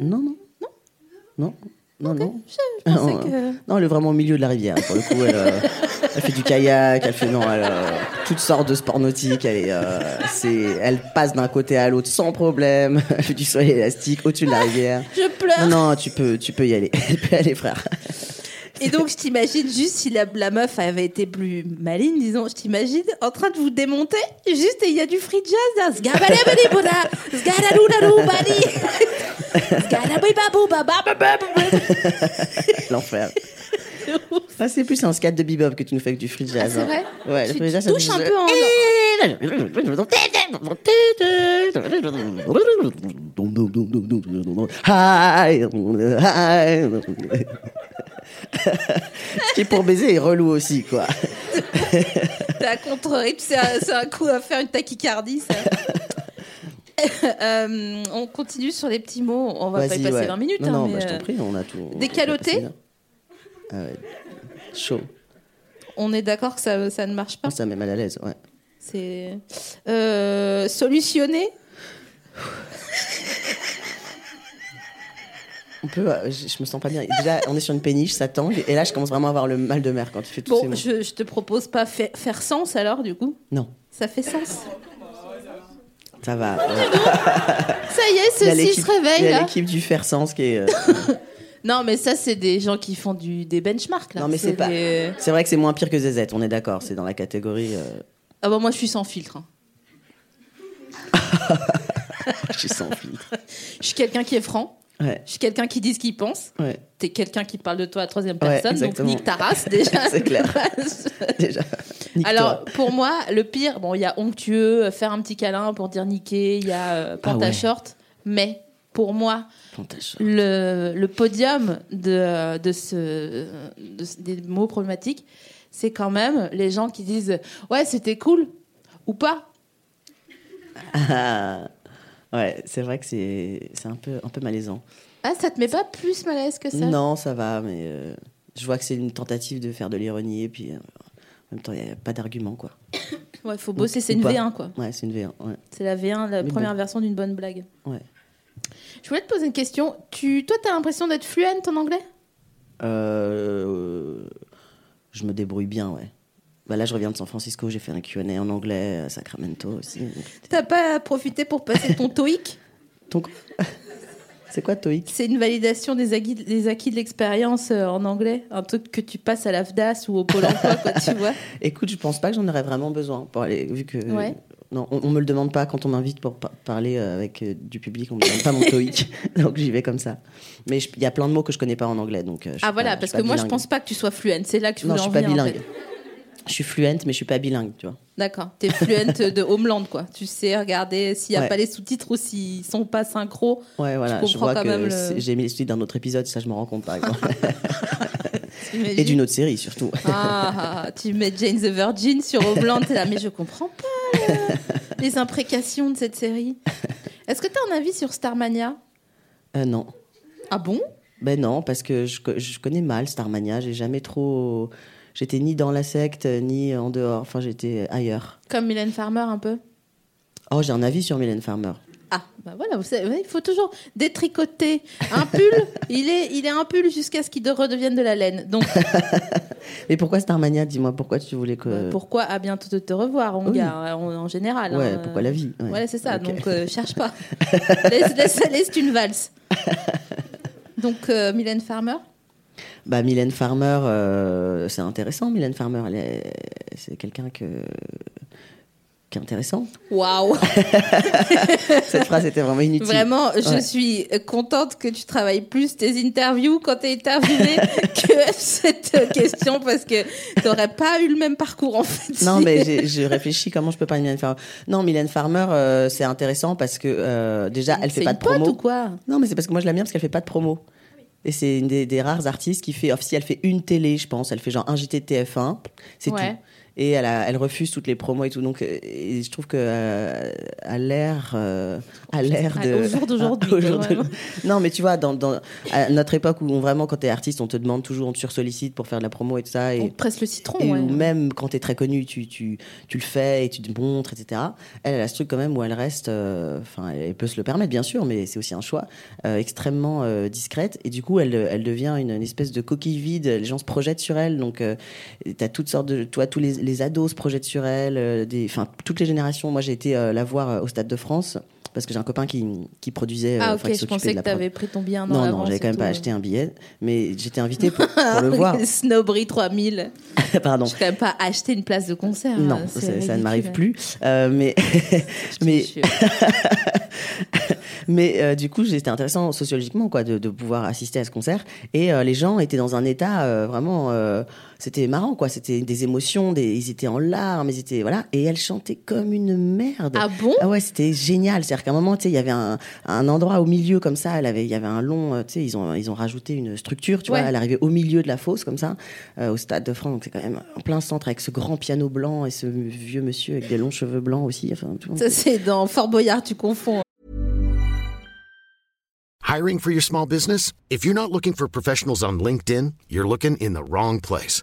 S1: non
S2: Non, non, non, non, non, non.
S1: Je pensais
S2: non,
S1: que-
S2: Ah, oh. non, elle est vraiment au milieu de la rivière. Pour le coup, elle, euh, elle fait du kayak, elle fait non, elle, euh, toutes sortes de sports nautiques. Elle, est, euh, c'est, elle passe d'un côté à l'autre sans problème. <laughs> Elle fait du soleil élastique au-dessus de la rivière.
S1: Je pleure.
S2: Ah, Non, non, tu peux, tu peux y aller. <laughs> Tu peux y aller, frère.
S1: Et donc, je t'imagine juste si la, la meuf avait été plus maligne, disons, je t'imagine en train de vous démonter, juste et il y a du free jazz. hein. là. Sgabalabali
S2: <laughs>
S1: bola, sgalaloulalou bali, sgalabibabou babababababou. <laughs>
S2: L'enfer. Ah, c'est plus un scat de bebop que tu nous fais avec du free jazz.
S1: Ah, c'est
S2: hein.
S1: vrai
S2: Ouais, le
S1: Tu
S2: free jazz, ça
S1: touches
S2: te-
S1: un peu en-
S2: Hi, hi. <laughs> Ce qui pour baiser est relou aussi, quoi.
S1: C'est un contre-rythme, c'est un, c'est un coup à faire une tachycardie,
S2: <laughs>
S1: ça. Euh, on continue sur les petits mots, on va pas y
S2: Vas-y,
S1: passer
S2: ouais.
S1: 20 minutes.
S2: Non,
S1: hein,
S2: non,
S1: mais,
S2: bah, je
S1: euh,
S2: t'en prie, on a tout. on a tout
S1: décaloté
S2: passé, là. Ah ouais. Chaud.
S1: euh, On est d'accord que ça, ça ne marche pas.
S2: Ça met mal à l'aise, ouais.
S1: C'est euh, solutionner.
S2: On peut, euh, je, je me sens pas bien. Déjà, on est sur une péniche, ça tangue, et là, je commence vraiment à avoir le mal de mer quand tu fais tout ces
S1: Bon,
S2: mots.
S1: je, je te propose pas fa- faire sens alors, du coup.
S2: Non,
S1: Ça fait sens.
S2: ça va. ouais.
S1: Ça y est,
S2: Il y
S1: ceci
S2: a
S1: se
S2: l'équipe- il
S1: réveille hein.
S2: y a
S1: là.
S2: l'équipe du faire sens
S1: <laughs>
S2: qui est. euh,
S1: Non, mais ça, c'est des gens qui font du, des benchmarks là.
S2: non, mais c'est pas.
S1: des-
S2: C'est vrai que c'est moins pire que ZZ, on est d'accord, c'est dans la catégorie. euh,
S1: Ah bah moi, je suis sans filtre. hein.
S2: je suis sans filtre.
S1: Je suis quelqu'un qui est franc.
S2: Ouais,
S1: Je suis quelqu'un qui dit ce qu'il pense.
S2: ouais,
S1: T'es quelqu'un qui parle de toi à troisième
S2: Ouais,
S1: personne, donc
S2: exactement.
S1: nique ta race déjà.
S2: <laughs>
S1: <laughs>
S2: C'est clair. déjà. Nique-toi.
S1: Alors pour moi, le pire, bon, il y a onctueux, euh, faire un petit câlin pour dire niquer, il y a euh,
S2: Ah ouais.
S1: Pantashort, mais pour moi,
S2: Plantage.
S1: le, le podium de, de ce, de ce- des mots problématiques, c'est quand même les gens qui disent ouais c'était cool ou pas.
S2: Ah. Ouais, c'est vrai que c'est c'est un peu, un peu malaisant.
S1: Ah ça te met pas plus mal à l'aise que ça.
S2: Non, ça va, mais euh, je vois que c'est une tentative de faire de l'ironie, et puis euh, en même temps, il n'y a pas d'argument, quoi.
S1: Ouais, faut bosser, c'est
S2: Ou
S1: une
S2: pas.
S1: V1 quoi.
S2: Ouais, c'est une V1. Ouais.
S1: C'est la V1, la
S2: Mais
S1: première
S2: bon.
S1: version d'une bonne blague.
S2: ouais.
S1: Je voulais te poser une question. Tu, toi, t'as l'impression d'être fluente en anglais
S2: Euh, je me débrouille bien, ouais. Bah là, je reviens de San Francisco, j'ai fait un QA en anglais à Sacramento aussi.
S1: <laughs> T'as pas profité pour passer ton TOEIC
S2: Donc, <laughs> C'est quoi TOEIC
S1: C'est une validation des acquis, des acquis de l'expérience euh, en anglais, un truc que tu passes à l'AFDAS ou au
S2: <laughs>
S1: Pôle emploi, quoi, tu vois.
S2: Écoute, je pense pas que j'en aurais vraiment besoin pour aller, vu que
S1: Ouais.
S2: non, on, on me le demande pas quand on m'invite pour pa- parler euh, avec euh, du public, on me demande pas mon <laughs> TOEIC, donc j'y vais comme ça. Mais je- il y a plein de mots que je connais pas en anglais, donc. euh, je suis
S1: Ah voilà,
S2: pas- je
S1: parce
S2: suis
S1: que
S2: pas
S1: moi je
S2: bilingue.
S1: pense pas que tu sois fluente, c'est là que je
S2: Non,
S1: voulais
S2: je suis
S1: en
S2: pas
S1: venir, en
S2: bilingue.
S1: fait.
S2: Je suis fluente, mais je suis pas bilingue, tu vois.
S1: D'accord, t'es fluente de Homeland quoi. Tu sais regarder s'il n'y a
S2: Ouais.
S1: pas les sous-titres ou s'ils sont pas synchro.
S2: Ouais, voilà, je,
S1: comprends
S2: vois
S1: quand
S2: que
S1: même le-
S2: c'est- j'ai mis les suites d'un autre épisode, ça je m'en rends compte par <laughs> exemple.
S1: t'imagines
S2: Et d'une autre série surtout.
S1: Ah, tu mets Jane the Virgin sur Homeland, t'es là, mais je comprends pas euh, les imprécations de cette série. Est-ce que t'as un avis sur Starmania
S2: <laughs> Euh, non.
S1: Ah bon
S2: Ben non, parce que je, co- je connais mal Starmania, j'ai jamais trop. J'étais ni dans la secte, ni en dehors, enfin j'étais ailleurs.
S1: Comme Mylène Farmer un peu
S2: Oh, j'ai un avis sur Mylène Farmer.
S1: Ah, bah voilà, vous savez, il faut toujours détricoter un pull. il, est, il est un pull jusqu'à ce qu'il de- redevienne de la laine. Donc,
S2: Mais pourquoi Starmania Dis-moi, pourquoi tu voulais que.
S1: euh, pourquoi à bientôt de te revoir, on euh,
S2: oui.
S1: en, en général
S2: Ouais,
S1: hein,
S2: pourquoi
S1: euh,
S2: la vie Ouais.
S1: Ouais, c'est ça,
S2: Ok.
S1: donc euh, cherche
S2: <laughs>
S1: pas. laisse, laisse, laisse une valse. Donc, euh, Mylène Farmer
S2: Bah, Mylène Farmer, euh, c'est intéressant, Mylène Farmer. elle est- C'est quelqu'un que. qui
S1: <laughs>
S2: est intéressant.
S1: Waouh
S2: Cette phrase était vraiment inutile.
S1: Vraiment, je
S2: Ouais.
S1: suis contente que tu travailles plus tes interviews quand t'es interviewée <laughs> que cette euh, question parce que t'aurais pas eu le même parcours en fait.
S2: Non,
S1: <laughs>
S2: mais j'ai- je réfléchis comment je peux parler de Mylène Farmer. Non, Mylène Farmer, euh, c'est intéressant parce que euh, déjà, elle fait
S1: C'est
S2: pas
S1: une
S2: de promo.
S1: pote ou quoi
S2: non, mais c'est parce que moi je l'aime bien parce qu'elle fait pas de promo. Et c'est une des, des rares artistes qui fait. Si elle fait une télé, je pense, elle fait genre un JT de TF1, c'est
S1: Ouais.
S2: tout. Et elle, a- elle refuse toutes les promos et tout. Donc, euh, et je trouve que euh, à l'ère, euh, à l'ère
S1: À-
S2: de
S1: au jour d'aujourd'hui,
S2: <laughs> au jour
S1: quoi,
S2: de-
S1: vraiment.
S2: non, mais tu vois, dans, dans- à notre époque où on, vraiment quand t'es artiste, on te demande toujours, on te sursollicite pour faire de la promo et tout ça. Et
S1: On te presse le citron,
S2: et
S1: ouais.
S2: ou même quand t'es très connu, tu, tu, tu le fais et tu te montres, etc. Elle, elle a ce truc quand même où elle reste, euh, enfin, elle peut se le permettre bien sûr, mais c'est aussi un choix euh, extrêmement euh, discrète. Et du coup, elle, elle devient une, une espèce de coquille vide. Les gens se projettent sur elle, donc euh, t'as toutes sortes de, toi, tous les, les ados se projettent sur elle, euh, des, enfin, toutes les générations. Moi, j'ai été euh, la voir euh, au Stade de France parce que j'ai un copain qui, qui produisait. euh,
S1: Ah
S2: enfin,
S1: ok,
S2: qui
S1: je
S2: s'occupait
S1: pensais
S2: de
S1: que
S2: la prod.
S1: t'avais pris ton bien en
S2: Non, non,
S1: avance
S2: j'avais
S1: et
S2: quand même pas
S1: tout.
S2: acheté un billet, mais j'étais invitée pour, pour
S1: <laughs>
S2: le voir.
S1: Snobbery 3000.
S2: <laughs> Pardon.
S1: Je vais quand même pas acheté une place de concert.
S2: Non,
S1: hein, c'est
S2: ça, ça
S1: ridicule,
S2: ne m'arrive
S1: hein. <laughs>
S2: plus. Euh, mais <laughs> mais,
S1: Je-
S2: mais euh, du coup, c'était intéressant sociologiquement quoi, de, de pouvoir assister à ce concert. Et euh, les gens étaient dans un état euh, vraiment. euh, c'était marrant, quoi. C'était des émotions, des, ils étaient en larmes, ils étaient. Voilà. Et elle chantait comme une merde.
S1: Ah bon
S2: Ah ouais, c'était génial. C'est-à-dire qu'à un moment, tu sais, il y avait un, un endroit au milieu comme ça. Elle avait, il y avait un long, euh, tu sais, ils ont, ils ont rajouté une structure. Tu
S1: Ouais.
S2: vois, elle arrivait au milieu de la fosse comme ça, euh, au stade de France. Donc c'est quand même en plein centre avec ce grand piano blanc et ce vieux monsieur avec des longs cheveux blancs aussi. Enfin, tout le monde-
S1: Ça c'est dans Fort Boyard, tu confonds. <laughs>
S3: Hiring for your small business? If you're not looking for professionals on LinkedIn, you're looking in the wrong place.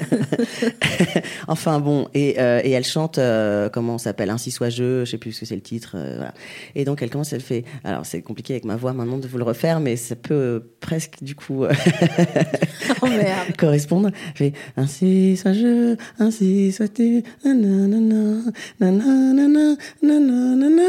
S2: <laughs> enfin bon, et, euh, et elle chante, euh, comment on s'appelle, Ainsi soit je, je sais plus ce que c'est le titre. euh, voilà. Et donc elle commence, elle fait, alors c'est compliqué avec ma voix maintenant de vous le refaire, mais ça peut euh, presque du coup euh,
S1: Oh merde.
S2: <laughs> correspondre. Elle fait, Ainsi soit je, ainsi soit tu, nanana, nanana, nanana.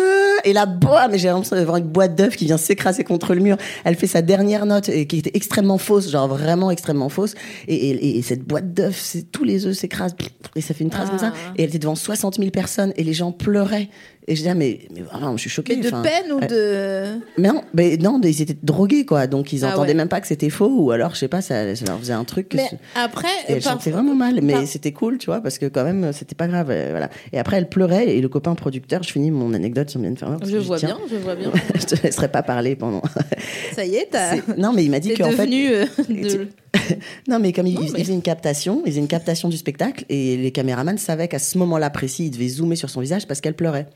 S2: Et là, boah, mais j'ai l'impression d'avoir une boîte d'œufs qui vient s'écraser contre le mur. Elle fait sa dernière note et qui était extrêmement fausse, genre vraiment extrêmement fausse. Et, et- et cette boîte d'œufs, c'est- tous les œufs s'écrasent et ça fait une trace comme
S1: Ah.
S2: ça. Et elle était devant 60 000 personnes et les gens pleuraient. Et je disais, ah, mais, mais vraiment, je suis choquée.
S1: Mais de
S2: enfin,
S1: peine ou
S2: euh,
S1: de
S2: mais non, mais non, mais ils étaient drogués quoi, donc ils
S1: Ah
S2: entendaient
S1: ouais.
S2: même pas que c'était faux ou alors je sais pas, ça, ça leur faisait un truc. que
S1: Mais
S2: ce-
S1: après,
S2: et elle
S1: par-
S2: chantait vraiment mal, mais
S1: par-
S2: c'était cool, tu vois, parce que quand même, c'était pas grave. euh, voilà. Et après, elle pleurait, et le copain producteur, je finis mon anecdote sur Mylène Farmer. parce
S1: Je
S2: que
S1: vois
S2: tiens,
S1: bien, je vois bien.
S2: <laughs> je te laisserai pas parler pendant.
S1: Ça y est, t'as.
S2: C'est- non, mais il m'a dit
S1: T'es
S2: qu'en fait.
S1: devenu
S2: <laughs>
S1: euh, de-
S2: non, mais comme il,
S1: Non,
S2: il- il
S1: mais-
S2: faisait une captation, il faisait une captation du spectacle, et les caméramans savaient qu'à ce moment-là précis, ils devaient zoomer sur son visage parce qu'elle pleurait.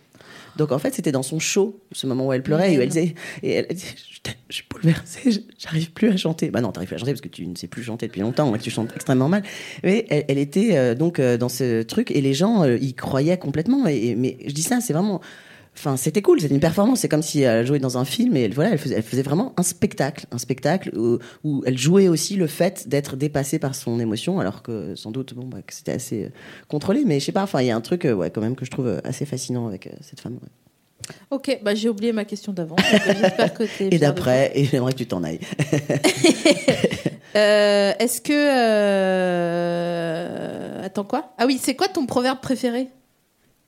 S2: Donc en fait, c'était dans son show, ce moment où elle pleurait, et où elle disait, et elle disait, je, je suis bouleversée, je- j'arrive plus à chanter. Bah non, t'arrives plus à chanter parce que tu ne sais plus chanter depuis longtemps, et que tu chantes extrêmement mal. Mais elle, elle était euh, donc euh, dans ce truc, et les gens euh, y croyaient complètement. Et, et- mais je dis ça, c'est vraiment. Enfin, c'était cool, c'était une performance. C'est comme si elle jouait dans un film et elle, voilà, elle faisait, elle faisait vraiment un spectacle, un spectacle où, où elle jouait aussi le fait d'être dépassée par son émotion, alors que sans doute, bon, bah, que c'était assez euh, contrôlé. Mais je sais pas, enfin, il y a un truc, euh, ouais, quand même que je trouve euh, assez fascinant avec euh, cette femme. ouais.
S1: Ok, bah j'ai oublié ma question d'avant. <laughs> donc, euh, J'espère que t'es. fière de
S2: Et d'après, et j'aimerais que tu t'en ailles. <laughs>
S1: toi. Euh, Est-ce que. euh, Attends quoi Ah oui, c'est quoi ton proverbe préféré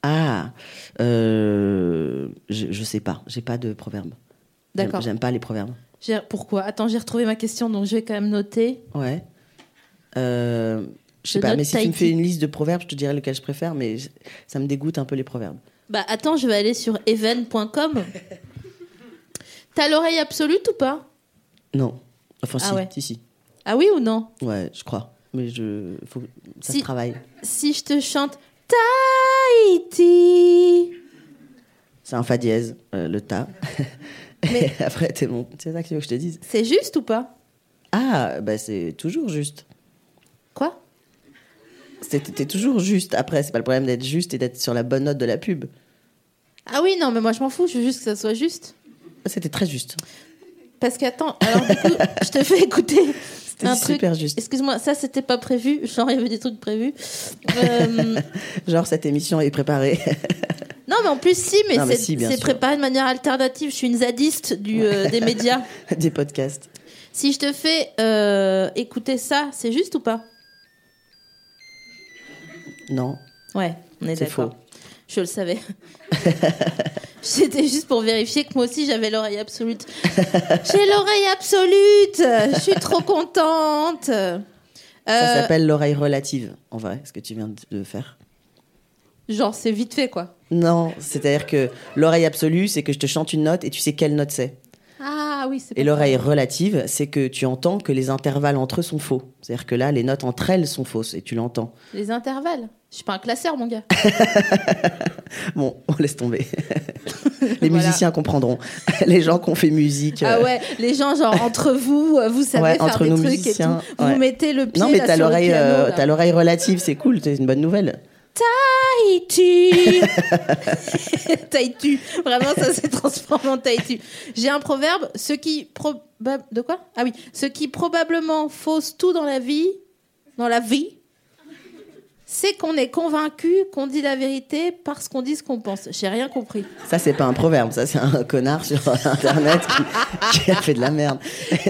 S2: Ah, euh, je, je sais pas, j'ai pas de proverbe. J'aime-
S1: D'accord.
S2: J'aime pas les proverbes.
S1: J'ai- Pourquoi Attends, j'ai retrouvé ma question, donc je vais quand même noter.
S2: Ouais. Euh, je sais
S1: Je
S2: pas,
S1: note
S2: mais si tu me
S1: Tahiti.
S2: fais une liste de proverbes, je te dirais lequel je préfère, mais je- ça me dégoûte un peu les proverbes.
S1: Bah attends, je vais aller sur
S2: <laughs>
S1: even.com. T'as l'oreille absolue ou pas
S2: Non. Enfin,
S1: Ah
S2: si,
S1: ouais.
S2: si, si.
S1: Ah oui ou non
S2: Ouais, je crois. Mais je, faut, ça
S1: Si.
S2: se travaille.
S1: Si je te chante Tahiti.
S2: C'est un fa dièse, euh, le ta. <laughs> Mais... Après, t'es bon. C'est ça que tu veux que je te dise.
S1: C'est juste ou pas
S2: Ah, bah c'est toujours juste.
S1: Quoi
S2: C'est- T'es toujours juste. Après, c'est pas le problème d'être juste et d'être sur la bonne note de la pub.
S1: Ah oui, non, mais moi je m'en fous, je veux juste que ça soit juste.
S2: C'était très juste.
S1: Parce qu'attends, alors du
S2: <laughs>
S1: coup, je te fais écouter un truc.
S2: super juste.
S1: Excuse-moi, ça c'était pas prévu. Genre, il y avait des trucs prévus. Euh,
S2: Genre, cette émission est préparée. <laughs>
S1: non, mais en plus, si, mais
S2: Non, mais
S1: c'est
S2: si, bien
S1: c'est
S2: sûr.
S1: préparé de manière alternative. Je suis une zadiste du, euh, des
S2: <laughs>
S1: médias.
S2: Des podcasts.
S1: Si je te fais euh, écouter ça, c'est juste ou pas
S2: Non.
S1: Ouais, on est
S2: C'est
S1: d'accord.
S2: faux.
S1: Je le savais. <laughs> C'était juste pour vérifier que moi aussi j'avais l'oreille
S2: <laughs>
S1: absolue. J'ai l'oreille absolue Je suis trop contente Euh,
S2: Ça s'appelle l'oreille relative, en vrai, ce que tu viens de- de faire.
S1: Euh, Genre, c'est vite fait quoi.
S2: Non, c'est-à-dire que l'oreille absolue, c'est que je te chante une note et tu sais quelle note c'est.
S1: Ah oui, c'est
S2: Et
S1: pas-
S2: l'oreille relative, c'est que tu entends que les intervalles entre eux sont faux. C'est-à-dire que là, les notes entre elles sont fausses et tu l'entends.
S1: Les intervalles. Je suis pas un classeur, mon
S2: <laughs>
S1: gars.
S2: Bon, <laughs> on
S1: <laughs>
S2: laisse tomber. les
S1: Voilà.
S2: musiciens comprendront. <laughs> les gens qui ont fait musique.
S1: Ah
S2: euh,
S1: ouais, les gens, genre, entre vous, euh, vous savez
S2: Ouais,
S1: faire
S2: entre
S1: des
S2: nous
S1: trucs et
S2: musiciens,
S1: tout.
S2: ouais.
S1: Vous mettez le pied
S2: euh, Non, mais
S1: là,
S2: t'as
S1: sur le
S2: l'oreille,
S1: piano.
S2: euh,
S1: là.
S2: t'as l'oreille relative, c'est cool, c'est une bonne nouvelle. <laughs>
S1: Tahiti Tahiti Vraiment, ça s'est transformé en Tahiti. J'ai un proverbe. Ce qui probab- De quoi Ah oui. Ce qui probablement fausse tout dans la vie, dans la vie, c'est qu'on est convaincu qu'on dit la vérité parce qu'on dit ce qu'on pense. J'ai rien compris.
S2: Ça, c'est pas un proverbe, ça, c'est un connard sur <laughs> Internet qui, qui a fait de la merde. <laughs>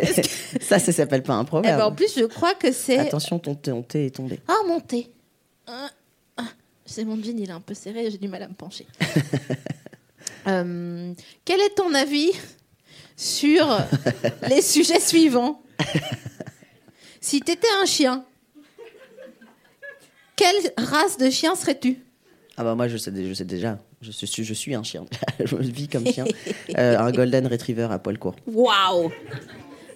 S2: ça, ça s'appelle pas
S1: Eh ben,
S2: un
S1: en
S2: proverbe.
S1: plus, je crois que c'est...
S2: Attention, ton thé- ton thé est tombé.
S1: Ah, mon thé Ah, ah, C'est mon jean, il est un peu serré, j'ai du mal à me
S2: <laughs>
S1: pencher. Euh, quel est ton avis sur
S2: <laughs>
S1: les sujets suivants Si t'étais un chien, quelle race de chien serais-tu
S2: Ah bah moi je sais, dé- je sais déjà, je suis, je suis un chien, <laughs> je vis comme chien, Euh,
S1: <laughs>
S2: un golden retriever à poil court.
S1: Waouh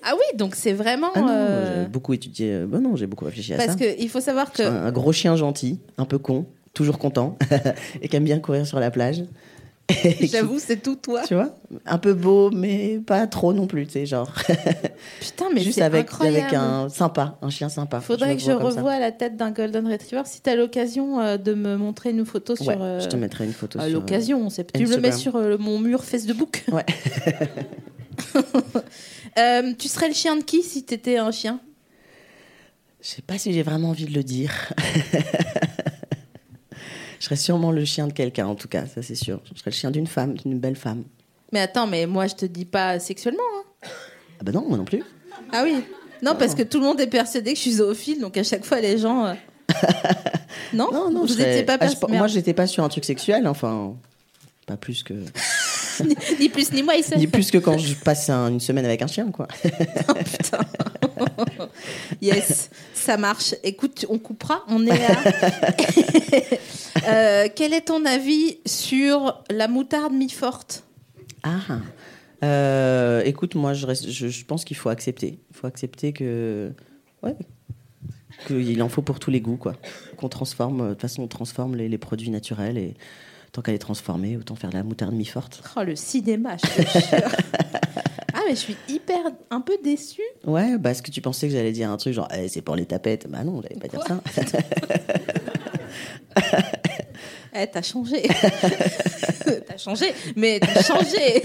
S1: Ah oui, donc c'est vraiment...
S2: Ah non,
S1: euh,
S2: j'ai beaucoup étudié, euh, bah non j'ai beaucoup réfléchi à
S1: parce
S2: ça.
S1: qu'il faut savoir que...
S2: Un, un gros chien gentil, un peu con, toujours content, <laughs> et qui aime bien courir sur la plage. <laughs> Et qui-
S1: J'avoue, c'est tout toi.
S2: Tu vois, un peu beau mais pas trop non plus, tu sais genre.
S1: Putain, <laughs> mais
S2: <laughs> Juste
S1: c'est
S2: avec,
S1: incroyable.
S2: avec un sympa, un chien sympa.
S1: Faudrait
S2: me
S1: que je
S2: vois comme ça.
S1: revoie la tête d'un Golden Retriever. Si tu as l'occasion euh, de me montrer une photo
S2: Ouais,
S1: sur. euh,
S2: je te mettrai une photo.
S1: à
S2: sur, euh,
S1: l'occasion, c'est tu me le
S2: Instagram.
S1: mets sur euh, mon mur Facebook.
S2: <laughs> Ouais.
S1: <laughs> Euh, tu serais le chien de qui si t'étais un chien
S2: Je sais pas si j'ai vraiment envie de le dire. <laughs> je serais sûrement le chien de quelqu'un, en tout cas, ça c'est sûr. Je serais le chien d'une femme, d'une belle femme.
S1: Mais attends, mais moi je te dis pas sexuellement. hein.
S2: Ah bah non, moi non plus.
S1: Ah oui Non, parce que tout le monde est persuadé que je suis zoophile, donc à chaque fois les gens.
S2: <laughs>
S1: euh, Non,
S2: Non, non, je
S1: vous
S2: serais-
S1: n'étiez pas
S2: Ah, je-
S1: persuadé.
S2: Moi j'étais pas sur un truc sexuel, enfin. Pas plus que.
S1: ni, ni plus ni moi, il
S2: Ni plus que quand je passe un- une semaine avec un chien, quoi.
S1: Putain. <laughs> yes, ça marche. Écoute, on coupera. On est
S2: <laughs>
S1: à. <laughs> Euh, quel est ton avis sur la moutarde mi-forte
S2: Ah Euh, Écoute, moi je, reste- je, je pense qu'il faut accepter. Il faut accepter que. Ouais. Qu'il en faut pour tous les goûts, quoi. Qu'on transforme. De toute façon, on transforme les, les produits naturels et tant qu'elle est transformée, autant faire de la moutarde mi-forte.
S1: Oh, le cinéma, je te
S2: <laughs>
S1: jure. Ah, mais je suis hyper, un peu déçue.
S2: Ouais, bah, est-ce que tu pensais que j'allais dire un truc genre, Eh, c'est pour les tapettes Bah non, j'allais pas dire ça. <laughs>
S1: Eh, t'as
S2: <laughs>
S1: changé. t'as changé, mais t'as changé.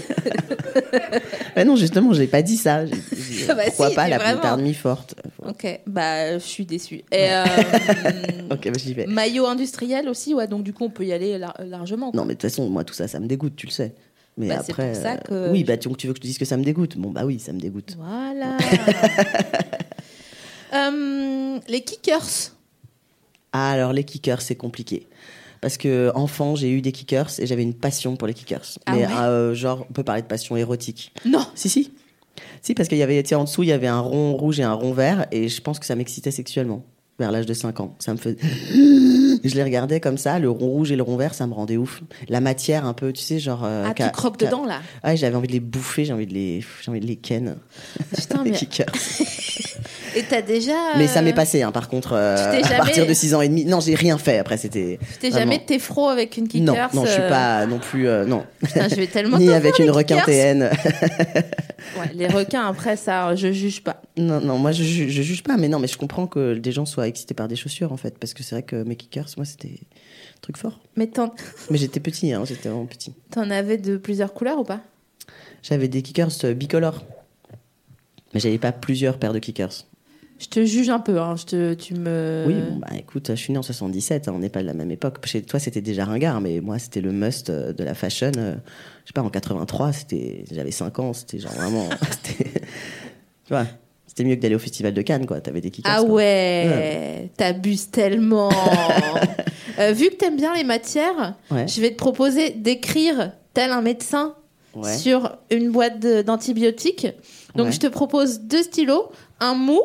S2: bah non, justement, j'ai pas dit
S1: <laughs>
S2: ça. J'ai- j'ai-
S1: Ah bah
S2: pourquoi
S1: si,
S2: pas
S1: mais
S2: la
S1: vraiment.
S2: moutarde mi-forte
S1: ok, bah, je suis déçue. Et euh,
S2: Ok, bah, j'y vais.
S1: maillot industriel aussi, ouais, donc du coup, on peut y aller lar- largement. quoi.
S2: Non, mais de toute façon, moi, tout ça, ça me dégoûte, tu le sais. Mais
S1: Bah, c'est
S2: après.
S1: pour ça que- Mm.
S2: euh, Oui, bah, donc tu veux que je te dise que ça me dégoûte Bon, bah oui, ça me dégoûte. <laughs>
S1: Voilà. Euh, les kickers.
S2: Ah, alors les kickers, c'est compliqué. Parce que enfant, j'ai eu des kickers et j'avais une passion pour les kickers.
S1: Ah
S2: mais
S1: ouais
S2: euh, genre, on peut parler de passion érotique.
S1: Non.
S2: Si, si. Si, parce qu'il y avait, tu sais, en dessous, il y avait un rond rouge et un rond vert, et je pense que ça m'excitait sexuellement, vers l'âge de 5 ans. Ça me faisait. Je les regardais comme ça, le rond rouge et le rond vert, ça me rendait ouf. La matière, un peu, tu sais, genre. euh,
S1: Ah, tu
S2: qu'a-
S1: croques
S2: qu'a-
S1: dedans, là.
S2: Ah, j'avais envie de les bouffer, j'ai envie de les, j'ai envie de les ken.
S1: Putain,
S2: les
S1: mais. euh,
S2: kickers.
S1: Et t'as déjà.
S2: Mais ça m'est
S1: euh,
S2: passé, hein, par contre, euh,
S1: Tu t'es
S2: à
S1: jamais-
S2: partir de 6 ans et demi. Non, j'ai rien fait après, c'était.
S1: Tu t'es
S2: vraiment-
S1: jamais téfro avec une
S2: Non,
S1: kickers
S2: non, je suis
S1: euh,
S2: pas non plus. euh,
S1: <laughs>
S2: non.
S1: Putain, je
S2: <laughs>
S1: vais tellement.
S2: Ni
S1: t'en
S2: avec
S1: faire
S2: une
S1: des kickers.
S2: requintéenne.
S1: Ouais, les requins, après, ça, je juge pas.
S2: <laughs> non, non, moi je, ju- je juge pas, mais non, mais je comprends que des gens soient excités par des chaussures en fait, parce que c'est vrai que mes kickers, moi c'était un truc fort.
S1: Mais t'en
S2: Mais j'étais petit, hein, j'étais vraiment petit.
S1: t'en avais de plusieurs couleurs ou pas
S2: J'avais des kickers euh, bicolores. Mais j'avais pas plusieurs paires de kickers.
S1: Je te juge un peu, hein. Je te, tu me.
S2: Oui, bon, bah écoute, je suis née en 77, hein, on n'est pas de la même époque. Chez toi c'était déjà ringard, mais moi c'était le must euh, de la fashion. euh, je sais pas, en 83, c'était, j'avais 5 ans, c'était genre
S1: <laughs>
S2: vraiment. <laughs> c'était, tu vois, c'était mieux que d'aller au festival de Cannes, quoi. T'avais des kickers.
S1: Ah
S2: quoi.
S1: ouais, t'abuses
S2: <laughs>
S1: tellement. Euh, vu que t'aimes bien les matières,
S2: Ouais.
S1: je vais te proposer d'écrire tel un médecin
S2: Ouais.
S1: sur une boîte de- d'antibiotiques. Donc
S2: Ouais.
S1: je te propose deux stylos, un mou,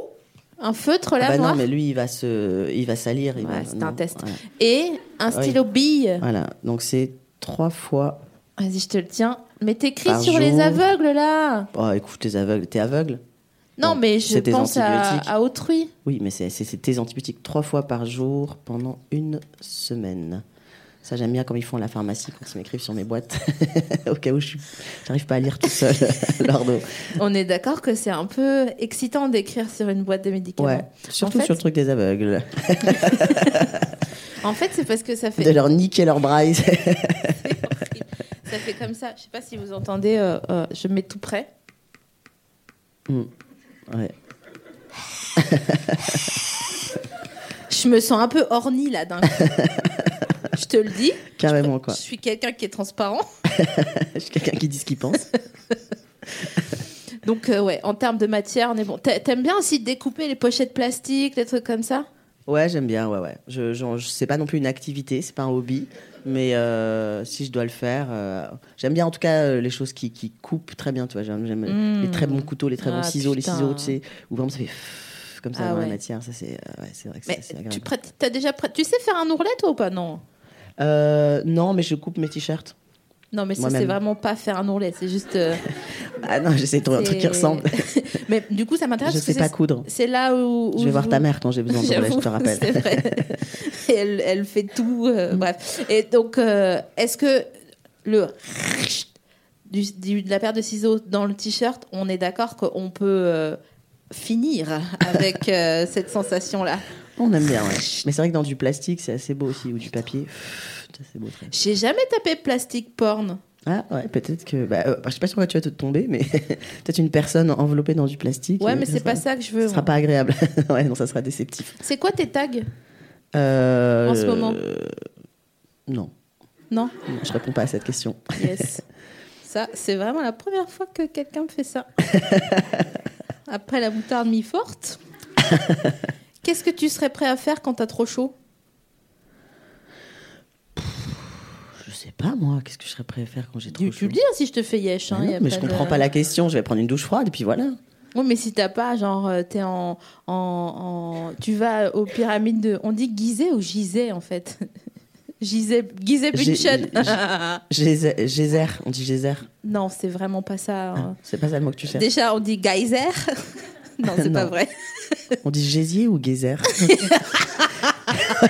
S1: un feutre là
S2: Ah bah
S1: noir.
S2: non, mais lui, il va se, il va salir. il
S1: Ouais,
S2: va-
S1: c'est
S2: non,
S1: un test.
S2: Voilà.
S1: Et un
S2: Oui.
S1: stylo bille.
S2: Voilà. donc c'est trois fois.
S1: Vas-y, je te le tiens. Mais t'écris
S2: Par
S1: sur les
S2: jour.
S1: aveugles là.
S2: Oh, écoute, t'es aveugle. T'es aveugle
S1: Non,
S2: Bon,
S1: mais je
S2: c'est des
S1: pense à,
S2: antibiotiques.
S1: à autrui.
S2: Oui, mais c'est c'est- c'est tes antibiotiques trois fois par jour pendant une semaine. Ça, j'aime bien comme ils font à la pharmacie quand ils m'écrivent sur mes boîtes. <laughs> Au cas où je suis- j'arrive pas à lire tout seul <laughs> leur dos.
S1: On est d'accord que c'est un peu excitant d'écrire sur une boîte de médicaments.
S2: Ouais. Surtout
S1: en fait,
S2: sur le truc des aveugles.
S1: En fait, c'est parce que ça fait
S2: De leur niquer leur <laughs> braille.
S1: <laughs> Ça fait comme ça. Je sais pas si vous entendez. euh, euh, je mets tout près.
S2: ouais.
S1: Je me sens un peu horny là d'un coup.
S2: <laughs>
S1: Je te le dis.
S2: Carrément, quoi.
S1: Je suis quelqu'un qui est transparent.
S2: <laughs> Je suis quelqu'un qui dit ce qu'il pense.
S1: Donc euh, ouais, en termes de matière, on est bon. T'a- T'aimes bien aussi découper les pochettes plastiques, les trucs comme ça
S2: Ouais, j'aime bien, ouais, ouais. Je, genre, je- c'est pas non plus une activité, c'est pas un hobby, mais euh, si je dois le faire, euh, j'aime bien en tout cas euh, les choses qui, qui coupent très bien, tu vois. J'aime, j'aime les très bons couteaux, les très
S1: Ah,
S2: bons ciseaux, les
S1: putain.
S2: ciseaux, tu sais, où vraiment ça fait pff, comme ça
S1: Ah
S2: dans
S1: ouais.
S2: la matière, ça c'est, euh, ouais, c'est vrai que
S1: Mais
S2: c'est, c'est agréable.
S1: tu pratiques- t'as déjà prat- Tu sais faire un ourlet toi ou pas Non.
S2: Euh, non, mais je coupe mes t-shirts.
S1: Non, mais ça
S2: Moi-même.
S1: c'est vraiment pas faire un ourlet. C'est juste. euh,
S2: Ah non, <laughs> j'essaie de trouver un truc qui
S1: c'est- <laughs>
S2: ressemble. <laughs>
S1: mais du coup, ça m'intéresse.
S2: Je
S1: parce que
S2: sais pas
S1: c'est-
S2: coudre.
S1: C'est là où. où
S2: je vais voir
S1: vous-
S2: ta mère quand
S1: <laughs>
S2: j'ai besoin de relais, je
S1: J'avoue,
S2: te rappelle. Mm.
S1: C'est vrai. Et elle, elle fait tout. euh, Bref. Et donc, euh, est-ce que le du, du- de la paire de ciseaux dans le t-shirt, on est d'accord qu'on peut euh, finir avec
S2: <laughs>
S1: euh, cette sensation-là
S2: On aime
S1: <laughs>
S2: bien, ouais. Mais c'est vrai que dans du plastique, c'est assez beau aussi, ou du papier, ça c'est beau très.
S1: J'ai jamais tapé plastique porn.
S2: Ah ouais, peut-être que. Bah, euh, je sais pas sur quoi tu vas te tomber, mais <laughs> peut-être une personne enveloppée dans du plastique.
S1: Ouais,
S2: euh,
S1: mais c'est
S2: sera-
S1: pas ça que je veux.
S2: Ce sera
S1: moi.
S2: pas agréable. <laughs> ouais, non, ça sera déceptif.
S1: C'est quoi tes tags
S2: Euh,
S1: En ce moment.
S2: Non,
S1: Non
S2: non, je réponds pas à cette question.
S1: Yes. <laughs> ça, c'est vraiment la première fois que quelqu'un me fait
S2: <laughs>
S1: ça. Après la moutarde
S2: <laughs>
S1: mi-forte. Qu'est-ce que tu serais prêt à faire quand t'as trop chaud
S2: <laughs> Je sais pas, moi, qu'est-ce que je serais prêt à faire quand j'ai trop
S1: Tu,
S2: chaud
S1: tu le dis hein, si je te fais yesh.
S2: Ah
S1: hein,
S2: non,
S1: y a
S2: mais je
S1: de-
S2: comprends pas la question. Je vais prendre une douche froide et puis voilà.
S1: Oui, mais si t'as pas, genre, euh, t'es en, en, en- Tu vas aux pyramides de. On dit Gizeh ou Gizeh en fait <laughs> Gizeh, Gizeh
S2: J'ai-
S1: Bunchen.
S2: Geyser, geyser, on dit geyser.
S1: <laughs> non, c'est vraiment pas ça. hein.
S2: C'est pas ça le mot que tu cherches.
S1: Déjà, on dit geyser. <laughs> non, c'est pas
S2: <laughs> Non.
S1: vrai.
S2: <laughs> On dit gésier ou geyser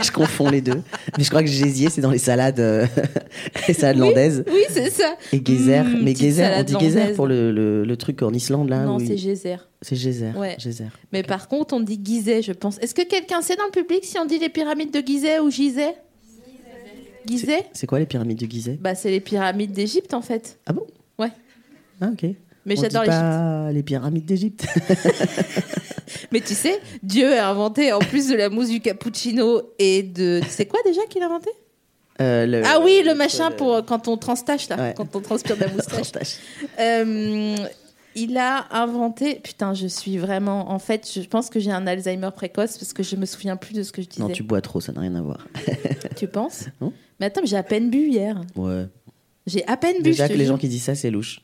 S2: je confonds les deux. Mais je crois que gésier, c'est dans les salades, euh, <laughs> les salades landaises.
S1: Oui, c'est ça.
S2: Et geyser.
S1: Mm,
S2: mais
S1: petite
S2: geyser, on
S1: salade
S2: dit geyser
S1: landaise.
S2: pour le, le- le truc en Islande, là
S1: Non,
S2: où
S1: c'est
S2: il-
S1: geyser.
S2: C'est geyser.
S1: Ouais.
S2: geyser.
S1: Mais par contre, on dit Gizeh, je pense. Est-ce que quelqu'un sait dans le public si on dit les pyramides de Gizeh ou Gizeh Gizeh
S2: C'est quoi les pyramides de Gizeh
S1: Bah, c'est les pyramides d'Égypte en fait.
S2: Ah bon
S1: Ouais.
S2: Ah, ok.
S1: Mais
S2: On
S1: j'adore
S2: dit
S1: l'Égypte.
S2: pas les pyramides d'Égypte. <laughs>
S1: Mais tu sais, Dieu a inventé en plus de la mousse du cappuccino et de. C'est quoi déjà qu'il a inventé
S2: Euh, le-
S1: Ah oui, le machin
S2: <laughs>
S1: pour quand on transtache là,
S2: Ouais.
S1: quand on transpire de la
S2: <laughs>
S1: moustache.
S2: Transtache.
S1: Euh, il a inventé. Putain, je suis vraiment. En fait, je pense que j'ai un Alzheimer précoce parce que je me souviens plus de ce que je disais.
S2: Non, tu bois trop, ça n'a rien
S1: <laughs>
S2: à voir.
S1: Tu penses
S2: Non.
S1: Mais attends, mais j'ai à peine bu hier.
S2: Ouais.
S1: J'ai à peine bu.
S2: Déjà
S1: je te
S2: que les
S1: jure.
S2: gens qui disent ça,
S1: <laughs>
S2: c'est louche.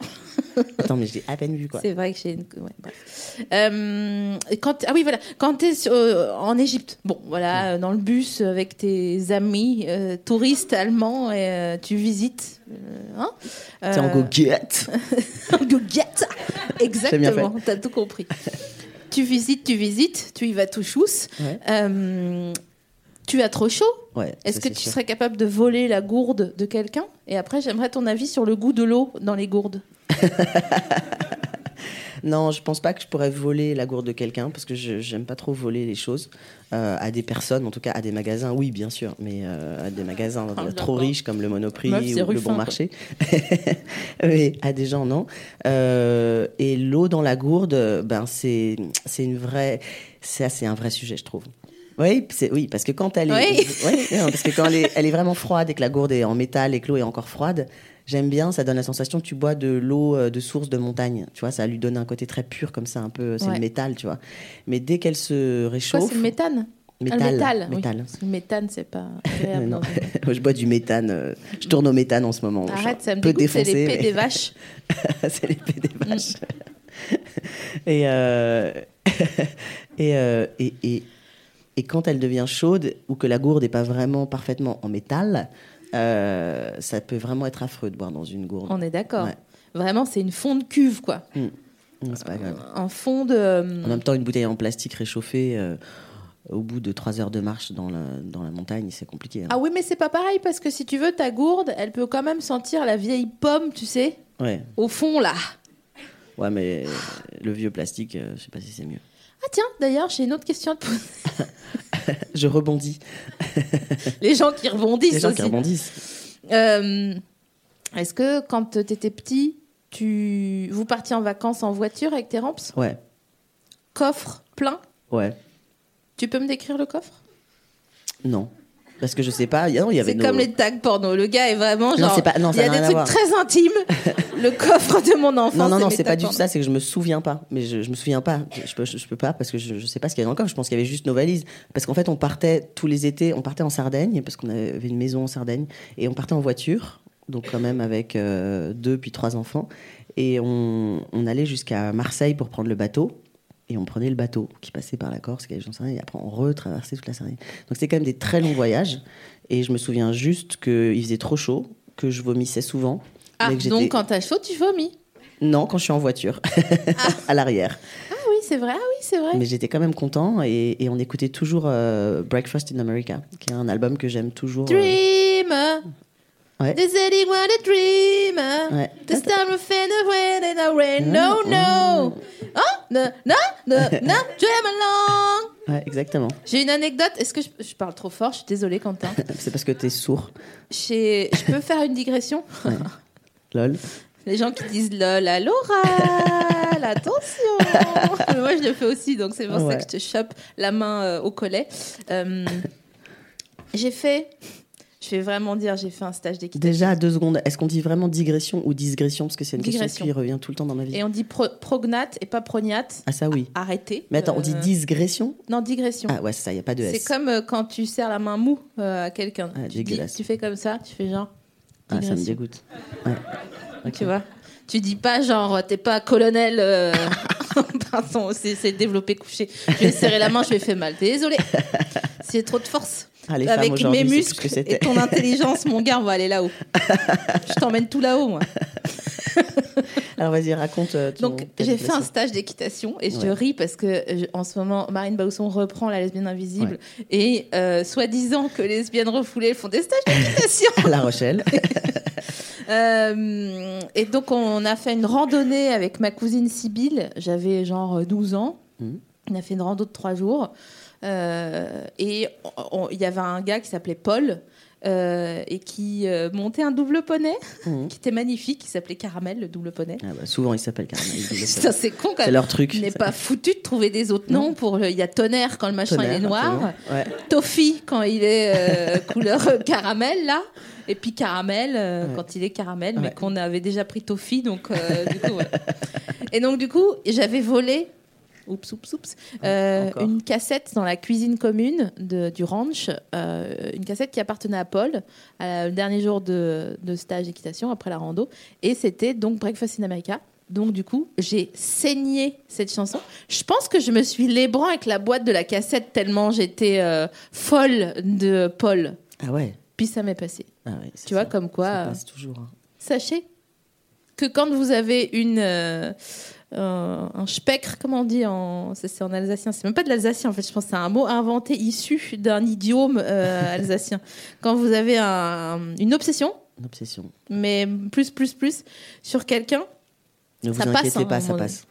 S2: Attends, mais je l'ai à peine vu, quoi.
S1: C'est vrai que j'ai une. ouais, bref. Euh, quand, ah oui, voilà. Quand tu es en Égypte, bon,
S2: Mm.
S1: voilà, euh, dans le bus avec tes amis euh, touristes allemands, et, euh, tu visites. euh, hein
S2: C'est en
S1: Euh,
S2: goguette.
S1: <laughs> en
S2: <laughs>
S1: goguette. Exactement,
S2: fait.
S1: t'as tout
S2: <laughs>
S1: compris. tu visites, tu visites, tu y vas tout chousse.
S2: Ouais.
S1: Euh, tu as trop chaud
S2: Ouais.
S1: Est-ce
S2: ça,
S1: que
S2: c'est
S1: tu
S2: sûr.
S1: serais capable de voler la gourde de quelqu'un Et après, j'aimerais ton avis sur le goût de l'eau dans les gourdes.
S2: Non, je pense pas que je pourrais voler la gourde de quelqu'un parce que je j'aime pas trop voler les choses euh, à des personnes, en tout cas à des magasins. Oui, bien sûr, mais euh, à des magasins euh,
S1: Ah, d'accord.
S2: trop riches comme le Monoprix
S1: Meuf, c'est
S2: ou le
S1: Ruffin,
S2: Bon
S1: quoi.
S2: Marché. <laughs> mais à des gens, non. Euh, et l'eau dans la gourde, euh, ben c'est c'est une vraie, ça c'est un vrai sujet, je trouve. Oui, c'est- oui, parce que quand elle est,
S1: Oui.
S2: Ouais, non, parce que quand elle est, elle est vraiment froide et que la gourde est en métal et que l'eau est encore froide, j'aime bien, ça donne la sensation que tu bois de l'eau euh, de source de montagne. Tu vois, ça lui donne un côté très pur comme ça, un peu, c'est
S1: Ouais.
S2: le métal, tu vois. Mais dès qu'elle se
S1: Quoi,
S2: réchauffe,
S1: c'est le méthane Ah, le
S2: Métal,
S1: métal, oui.
S2: métal.
S1: Le méthane, c'est pas agréable.
S2: <laughs> <laughs> non.
S1: non.
S2: je bois du méthane, euh, je tourne au méthane en ce moment.
S1: Arrête,
S2: Je
S1: ça me
S2: peux
S1: dégoûte, c'est les
S2: défoncer,
S1: pets
S2: mais-
S1: des vaches.
S2: <laughs> c'est l'épée
S1: Mm.
S2: des vaches. <laughs> et, euh, <laughs> et, euh, et, et, et quand elle devient chaude ou que la gourde n'est pas vraiment parfaitement en métal, euh, ça peut vraiment être affreux de boire dans une gourde.
S1: On est d'accord.
S2: Ouais. Mm.
S1: Vraiment, c'est une fond de cuve, quoi.
S2: Non, c'est pas grave.
S1: Un fond de... euh,
S2: En même temps, une bouteille en plastique réchauffée, euh, au bout de trois heures de marche dans la, dans la montagne, c'est compliqué. hein.
S1: Ah oui, mais c'est pas pareil, parce que si tu veux, ta gourde, elle peut quand même sentir la vieille pomme, tu sais,
S2: ouais.
S1: au fond, là.
S2: ouais, mais euh, le vieux plastique, euh, je sais pas si c'est mieux.
S1: Ah tiens, d'ailleurs, j'ai une autre question à te poser. <laughs>
S2: Je rebondis.
S1: Les gens qui rebondissent
S2: Les gens
S1: aussi.
S2: qui rebondissent.
S1: Euh, Est-ce que quand t'étais petit, tu... vous partiez en vacances en voiture avec tes rampes
S2: Ouais,
S1: Coffre plein
S2: ouais.
S1: Tu peux me décrire le coffre
S2: Non. Parce que je sais pas. Ah Non, il y avait
S1: C'est
S2: nos-
S1: comme les tags porno. Le gars est vraiment genre.
S2: c'est pas- non,
S1: il
S2: ça
S1: y a
S2: n'a
S1: des
S2: rien à
S1: trucs
S2: voir.
S1: très intimes.
S2: <laughs>
S1: le coffre de mon enfance.
S2: Non, non,
S1: et
S2: non,
S1: mes
S2: c'est
S1: tags
S2: pas du tout
S1: porno.
S2: ça, c'est que je me souviens pas. Mais je, je me souviens pas. Je peux, je, je peux pas parce que je, je sais pas ce qu'il y avait dans le coffre. Je pense qu'il y avait juste nos valises. Parce qu'en fait, on partait tous les étés, on partait en Sardaigne, parce qu'on avait une maison en Sardaigne, et on partait en voiture, donc quand même avec euh, deux puis trois enfants. Et on, on allait jusqu'à Marseille pour prendre le bateau. Et on prenait le bateau qui passait par la Corse, qui allait jusqu'en Sardaigne, et après on retraversait toute la Sardaigne. Donc c'était quand même des très longs voyages. Et je me souviens juste qu'il faisait trop chaud, que je vomissais souvent.
S1: Ah,
S2: mais que
S1: donc
S2: j'étais-
S1: quand t'as chaud, tu vomis.
S2: non, quand je suis en voiture, <laughs> à l'arrière.
S1: Ah oui, c'est vrai. Ah oui, c'est vrai.
S2: Mais j'étais quand même content et, et on écoutait toujours euh, Breakfast in America, qui est un album que j'aime toujours. euh,
S1: Dreamer.
S2: ouais.
S1: Does anyone a dreamer?
S2: Ouais. Ah,
S1: The star will fade away and I rain. No, no. Oh, no, no, no,
S2: <laughs>
S1: no. Dream along.
S2: Ouais, exactement. <laughs>
S1: J'ai une anecdote. Est-ce que je, je parle trop fort? Je suis désolée, Quentin.
S2: C'est parce que t'es sourd.
S1: Chez- Je peux faire une digression?
S2: Lol.
S1: Les gens qui disent lol à l'oral,
S2: <laughs>
S1: attention Mais Moi, je le fais aussi, donc c'est pour
S2: Ouais.
S1: ça que je te chope la main euh, au collet. Euh, j'ai fait, je vais vraiment dire, j'ai fait un stage d'équité.
S2: Déjà, deux secondes. Est-ce qu'on dit vraiment digression ou digression Parce que c'est une
S1: Digression.
S2: question qui revient tout le temps dans ma vie.
S1: Et on dit pro- prognate et pas prognate.
S2: Ah, ça oui.
S1: Arrêtez.
S2: Mais attends, on dit
S1: Euh,
S2: digression
S1: Non, digression.
S2: Ah, ouais, c'est ça, il n'y a pas de S.
S1: c'est comme euh, quand tu serres la main mou euh, à quelqu'un.
S2: Ah,
S1: tu, dis-
S2: dégueulasse.
S1: tu fais comme ça, tu fais genre.
S2: Ah, ça me
S1: digression.
S2: dégoûte.
S1: Tu vois Tu dis pas genre, t'es pas colonel.
S2: <laughs>
S1: euh, <laughs> Pardon, c'est c'est développé couché. Je vais serrer la main, je vais faire mal.
S2: <laughs>
S1: Désolé. C'est trop de force.
S2: Ah, les femmes
S1: Avec
S2: aujourd'hui,
S1: mes
S2: c'est plus
S1: muscles
S2: ce que c'était.
S1: et ton
S2: <laughs>
S1: intelligence, mon gars, on va aller là-haut. je t'emmène tout là-haut, moi.
S2: Alors vas-y, raconte. euh, ton
S1: Donc, j'ai fait un
S2: manipulation.
S1: stage d'équitation et je
S2: Ouais.
S1: ris parce que euh, je- en ce moment, Marine Bausson reprend La lesbienne invisible et euh, soi-disant que les lesbiennes refoulées font des stages d'équitation.
S2: <laughs> à La
S1: <laughs>
S2: Rochelle.
S1: Euh, et donc, on a fait une randonnée avec ma cousine Sybille. J'avais genre 12 ans.
S2: Mmh.
S1: On a fait une rando de trois jours. Euh, et on- on- il y avait un gars qui s'appelait Paul. euh, et qui euh, montait un double poney
S2: Mmh.
S1: <laughs> qui était magnifique, qui s'appelait Caramel, le double poney.
S2: Ah bah, souvent, il s'appelle Carmen. il dit le
S1: Putain,
S2: seul.
S1: c'est con quand
S2: <laughs> C'est
S1: même.
S2: leur truc.
S1: n'est
S2: ça.
S1: pas foutu de trouver des autres noms pour le- il y a tonnerre quand le machin
S2: Tonnerre,
S1: il est noir,
S2: absolument. Ouais.
S1: toffee quand il est euh, couleur euh, caramel là, et puis caramel euh, quand il est caramel, mais
S2: Ouais.
S1: qu'on avait déjà pris toffee donc euh, du coup. ouais. Et donc du coup j'avais volé. Oups, oups, oups. euh,
S2: encore.
S1: une cassette dans la cuisine commune de- du ranch, euh, une cassette qui appartenait à Paul, euh, le dernier jour de, de stage équitation après la rando. Et c'était donc Breakfast in America. Donc, du coup, j'ai saigné cette chanson. Je pense que je me suis lébrant avec la boîte de la cassette tellement j'étais euh, folle de Paul.
S2: Ah ouais.
S1: Puis ça m'est passé.
S2: Ah ouais, c'est
S1: Tu vois,
S2: ça.
S1: comme quoi,
S2: Ça
S1: euh,
S2: passe toujours. hein.
S1: Sachez que quand vous avez une, euh, euh, un speck, comment on dit en, ça, c'est en alsacien, c'est même pas de l'alsacien en fait, je pense que c'est un mot inventé issu d'un idiome euh, alsacien. <laughs> Quand vous avez un- une obsession,
S2: Une obsession.
S1: mais plus, plus, plus, sur quelqu'un,
S2: Ne vous
S1: Ça passe,
S2: inquiétez
S1: hein, à
S2: pas,
S1: un
S2: ça
S1: moment
S2: passe.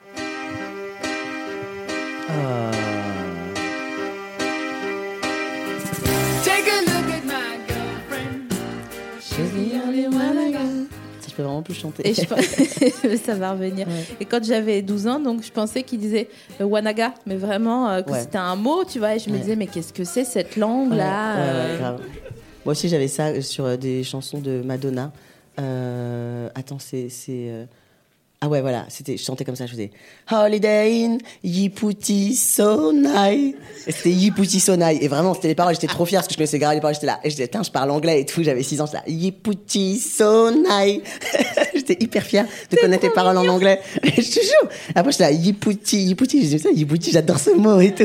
S2: Ah.
S4: Take a look at my girlfriend. She's the only one I got.
S2: Ça, Je peux vraiment plus chanter.
S1: et
S2: <laughs>
S1: je pense- <laughs> ça va revenir.
S2: Ouais.
S1: Et quand j'avais 12 ans, donc je pensais qu'il disait euh, Wanaga, mais vraiment euh, que
S2: Ouais.
S1: c'était un mot, tu vois, et je me
S2: Ouais.
S1: disais, mais qu'est-ce que c'est cette
S2: Ouais,
S1: langue-là
S2: ouais, ouais,
S1: euh,
S2: grave. Moi aussi, j'avais ça sur euh, des chansons de Madonna. Euh, attends, c'est. c'est, euh, Ah ouais, voilà, c'était, je chantais comme ça, je faisais Holiday in Yiputi Sonai. Et c'était Yiputi Sonai. Et vraiment, c'était les paroles, j'étais trop fière parce que je connaissais grave les paroles, j'étais là. Et je disais, Tiens, je parle anglais et tout, j'avais 6 ans, j'étais là. Yiputi Sonai. <laughs> j'étais hyper fière de connaître les paroles en anglais. <laughs> je te jure. Après, j'étais là, Yiputi, Yiputi. Je disais ça, Yiputi, j'adore ce mot et tout.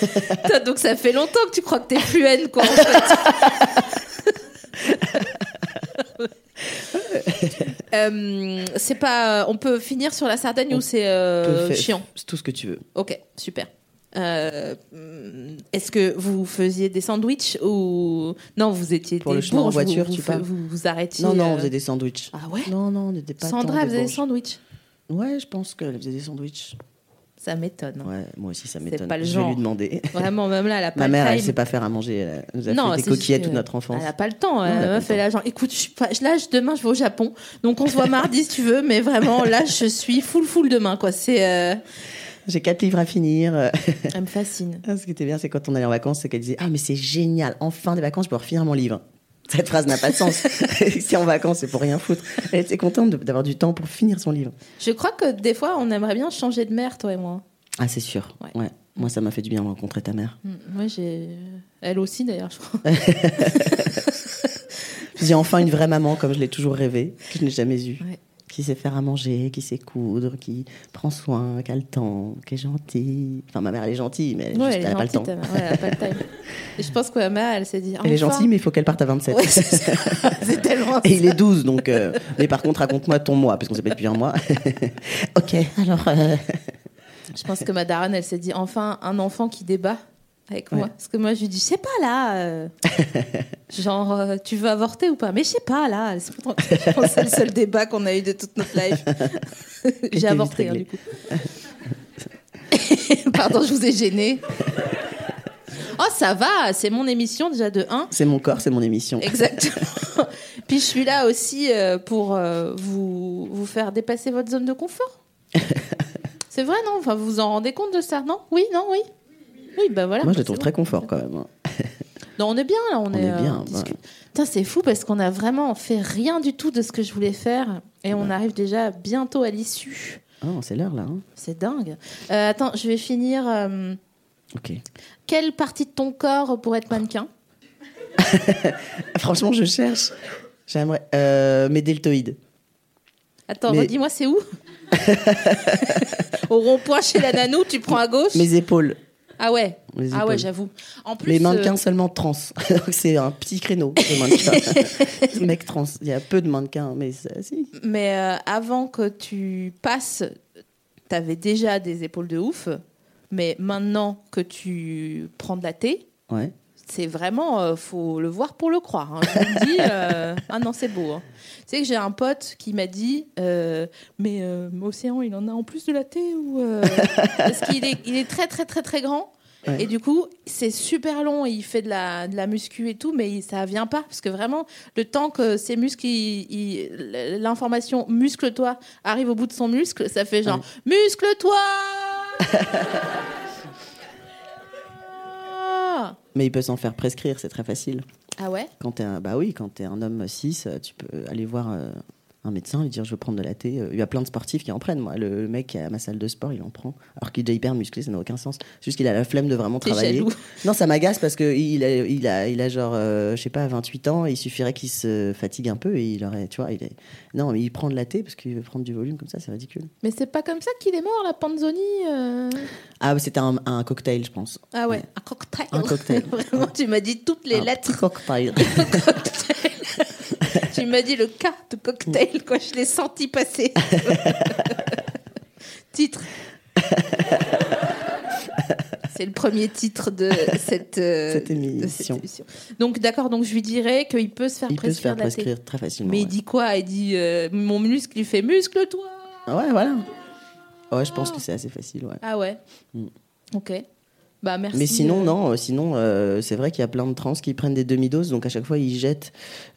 S1: Putain, donc ça fait longtemps que tu crois que t'es fluenne, quoi. en
S2: <laughs>
S1: fait. Euh, c'est pas. On peut finir sur la Sardaigne ou c'est euh,
S2: Fais-
S1: chiant.
S2: C'est tout ce que tu veux.
S1: Ok, super. Euh, Est-ce que vous faisiez des sandwichs ou non Vous étiez
S2: Pour
S1: des
S2: le chemin en
S1: bourges,
S2: voiture,
S1: vous,
S2: tu
S1: vous,
S2: parles.
S1: vous vous arrêtiez.
S2: Non, non,
S1: euh,
S2: on faisait des sandwichs.
S1: Ah ouais
S2: Non, non, on n'était pas.
S1: Sandra
S2: tant
S1: faisait des
S2: bourges.
S1: sandwichs.
S2: Ouais, je pense qu'elle faisait des sandwichs.
S1: Ça m'étonne. hein.
S2: Ouais, moi aussi, ça m'étonne.
S1: <laughs> pas le
S2: je
S1: genre.
S2: vais lui demander.
S1: Vraiment, même là, elle a pas
S2: Ma
S1: le
S2: mère, elle
S1: time.
S2: sait pas faire à manger. Elle a- nous a fait des
S1: c'est juste
S2: coquillettes
S1: que
S2: toute notre enfance.
S1: Elle n'a pas le temps.
S2: elle a
S1: la
S2: pas
S1: meuf,
S2: le
S1: elle a genre, écoute, je suis pas- je- là, je- demain, je vais au Japon. Donc, on se voit mardi si tu veux, mais vraiment, là, je suis full, full demain, quoi. C'est. euh,
S2: J'ai quatre livres à finir. <laughs>
S1: Elle me fascine.
S2: Ah, ce qui était bien, c'est quand on allait en vacances, c'est qu'elle disait Ah, mais c'est génial, enfin des vacances, je peux finir mon livre. Cette phrase n'a pas
S1: <laughs>
S2: de sens. <laughs> si en vacances, c'est pour rien foutre. Elle était contente de- d'avoir du temps pour finir son livre.
S1: Je crois que des fois, on aimerait bien changer de mère, toi et moi.
S2: Ah, c'est sûr.
S1: Ouais.
S2: Ouais. Moi, ça m'a fait du bien de rencontrer ta mère.
S1: Mm, Moi, j'ai. Elle aussi, d'ailleurs, je crois.
S2: J'ai enfin une vraie maman, comme je l'ai toujours rêvé, que je n'ai jamais eue.
S1: Ouais.
S2: Qui sait faire à manger, qui sait coudre, qui prend soin, qui a le temps, qui est gentille. Enfin, ma mère, elle est gentille, mais juste,
S1: Ouais,
S2: elle
S1: elle
S2: n'a
S1: est
S2: pas le
S1: gentille,
S2: temps.
S1: ta mère. Ouais, elle a pas le time. Et je pense que ma mère, elle s'est dit.
S2: Elle est
S1: enfin.
S2: gentille, mais il faut qu'elle parte à 27.
S1: Ouais, c'est ça. C'est tellement.
S2: <laughs> Et il est 12, donc. euh, mais par contre, raconte-moi ton mois, parce qu'on s'est pas depuis
S1: <laughs>
S2: un mois. ok, alors. euh,
S1: Je pense que ma daronne, elle s'est dit enfin un enfant qui débat avec moi.
S2: Ouais.
S1: Parce que moi, je lui dis, je sais pas là,
S2: <laughs>
S1: euh, genre, euh, tu veux avorter ou pas Mais je sais pas là. Elle s'est pas trompée. Je pense que c'est le seul débat qu'on a eu de toute notre
S2: <laughs>
S1: life.
S2: vite
S1: J'ai avorté, hein,
S2: réglé.
S1: du coup. <laughs> Pardon, je vous ai
S2: <laughs>
S1: gêné. Oh, ça va, c'est mon émission déjà de 1.
S2: C'est mon corps, c'est mon émission.
S1: Exactement. <laughs> Puis je suis là aussi euh, pour euh, vous, vous faire dépasser votre zone de
S2: <laughs>
S1: confort. C'est vrai, non Enfin, vous vous en rendez compte de ça, non Oui, non, oui. Oui, bah voilà.
S2: Moi, je
S1: bah,
S2: le trouve
S1: c'est
S2: très
S1: bon.
S2: confort quand même. hein.
S1: Non, on est bien là, on,
S2: est
S1: euh,
S2: bien,
S1: on
S2: bah.
S1: discute. Putain, c'est fou parce qu'on a vraiment fait rien du tout de ce que je voulais faire et on arrive déjà bientôt à l'issue.
S2: Ah, c'est l'heure là. hein.
S1: C'est dingue. Euh, attends, je vais finir. euh,
S2: Ok.
S1: quelle partie de ton corps pour être mannequin
S2: Franchement, je cherche. J'aimerais. euh, mes deltoïdes.
S1: Attends,
S2: Mais-
S1: redis-moi, c'est où Au rond-point chez la nanou, tu prends à gauche
S2: Mes épaules.
S1: Ah ouais,
S2: Les
S1: ah ouais,
S2: icônes.
S1: j'avoue. En plus,
S2: Les mannequins
S1: euh,
S2: seulement trans. <laughs> Donc c'est un petit créneau,
S1: <laughs>
S2: les mannequins. Mec trans. Il y a peu de mannequins, mais ça, si.
S1: mais euh, avant que tu passes, t'avais déjà des épaules de ouf. Mais maintenant que tu prends de la thé,
S2: Ouais.
S1: c'est vraiment, euh, faut le voir pour le croire. hein. Je me dis, euh, ah non, c'est beau. hein. Tu sais que j'ai un pote qui m'a dit, euh, mais euh, Océan, il en a en plus de la thé ou euh, parce qu'il est, il est très très très très grand.
S2: Ouais.
S1: Et du coup, c'est super long. Il fait de la, de la muscu et tout, mais il- ça vient pas parce que vraiment, le temps que ses muscles, ils- ils- l'information muscle-toi arrive au bout de son muscle, ça fait genre muscle-toi.
S2: Mais il peut s'en faire prescrire, c'est très facile.
S1: Ah ouais.
S2: Quand t'es un, bah oui, quand t'es un homme cis, euh, tu peux aller voir euh, un médecin, lui dire je veux prendre de la thé. Euh, Il y a plein de sportifs qui en prennent. Moi, le, le mec à ma salle de sport, il en prend. Alors qu'il est déjà hyper musclé, ça n'a aucun sens. C'est Juste qu'il a la flemme de vraiment
S1: T'es
S2: travailler.
S1: jaloux.
S2: Non, ça m'agace parce que il a, il a, il a genre, euh, je sais pas, 28 ans. Il suffirait qu'il se fatigue un peu et il aurait, tu vois, il est. Non, mais il prend de la thé parce qu'il veut prendre du volume comme ça, c'est ridicule.
S1: Mais c'est pas comme ça qu'il est mort, la Panzoni euh.
S2: Ah, c'était un, un cocktail, je pense.
S1: Ah ouais, un cocktail.
S2: Un cocktail.
S1: <laughs> Vraiment, tu m'as dit toutes les
S2: un
S1: lettres. <laughs>
S2: petit cocktail.
S1: cocktail. tu m'as dit le cas de cocktail, quoi. Je l'ai senti
S2: <laughs>
S1: passer. titre. C'est le premier titre de cette, euh,
S2: Cette émission.
S1: de cette émission. Donc, d'accord, donc je lui dirais qu'il peut se faire
S2: il peut se
S1: prescrire.
S2: faire
S1: de la thé.
S2: prescrire très facilement.
S1: Mais
S2: ouais.
S1: il dit quoi Il dit euh, Mon muscle, il fait muscle, toi
S2: Ouais, voilà. Ouais, je pense que c'est assez facile, ouais.
S1: Ah ouais Ok. Bah, merci.
S2: Mm. Mais sinon,
S1: euh,
S2: non, euh, sinon, euh, c'est vrai qu'il y a plein de trans qui prennent des demi-doses, donc à chaque fois, ils jettent,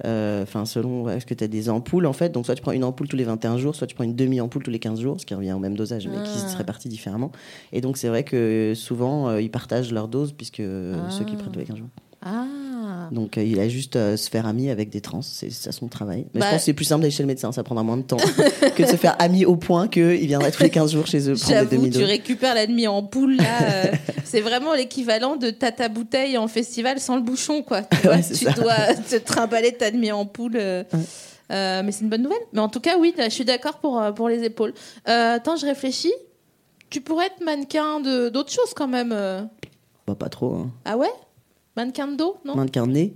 S2: euh, enfin, selon, ouais, est-ce que tu as des ampoules, en fait, donc soit tu prends une ampoule tous les 21 jours, soit tu prends une demi-ampoule tous les 15 jours, ce qui revient au même dosage, mais qui
S1: Ah.
S2: se répartit différemment. Et donc, c'est vrai que souvent, euh, ils partagent leur dose, puisque euh, ceux qui prennent tous les 15 jours.
S1: Ah
S2: Donc, euh, il a juste à se faire ami avec des trans, c'est ça son travail. Mais
S1: Bah-
S2: je pense que c'est plus simple d'aller chez le médecin, ça prendra moins de temps <laughs> que de se faire ami au point qu'il viendrait tous les 15 jours chez eux prendre des
S1: J'avoue, tu
S2: demi-doses.
S1: récupères la demi en poule là. euh, c'est vraiment l'équivalent de ta ta bouteille en festival sans le bouchon quoi. Tu, vois,
S2: <laughs> Ouais, c'est
S1: tu
S2: ça.
S1: dois te trimballer ta demi en poule. euh, euh, mais c'est une bonne nouvelle. Mais en tout cas, oui, là, je suis d'accord pour, euh, pour les épaules. Euh, attends, je réfléchis. Tu pourrais être mannequin de d'autres choses quand même. euh.
S2: Bah, pas trop, hein.
S1: Ah ouais Mannequin de dos, non
S2: Mannequin de nez,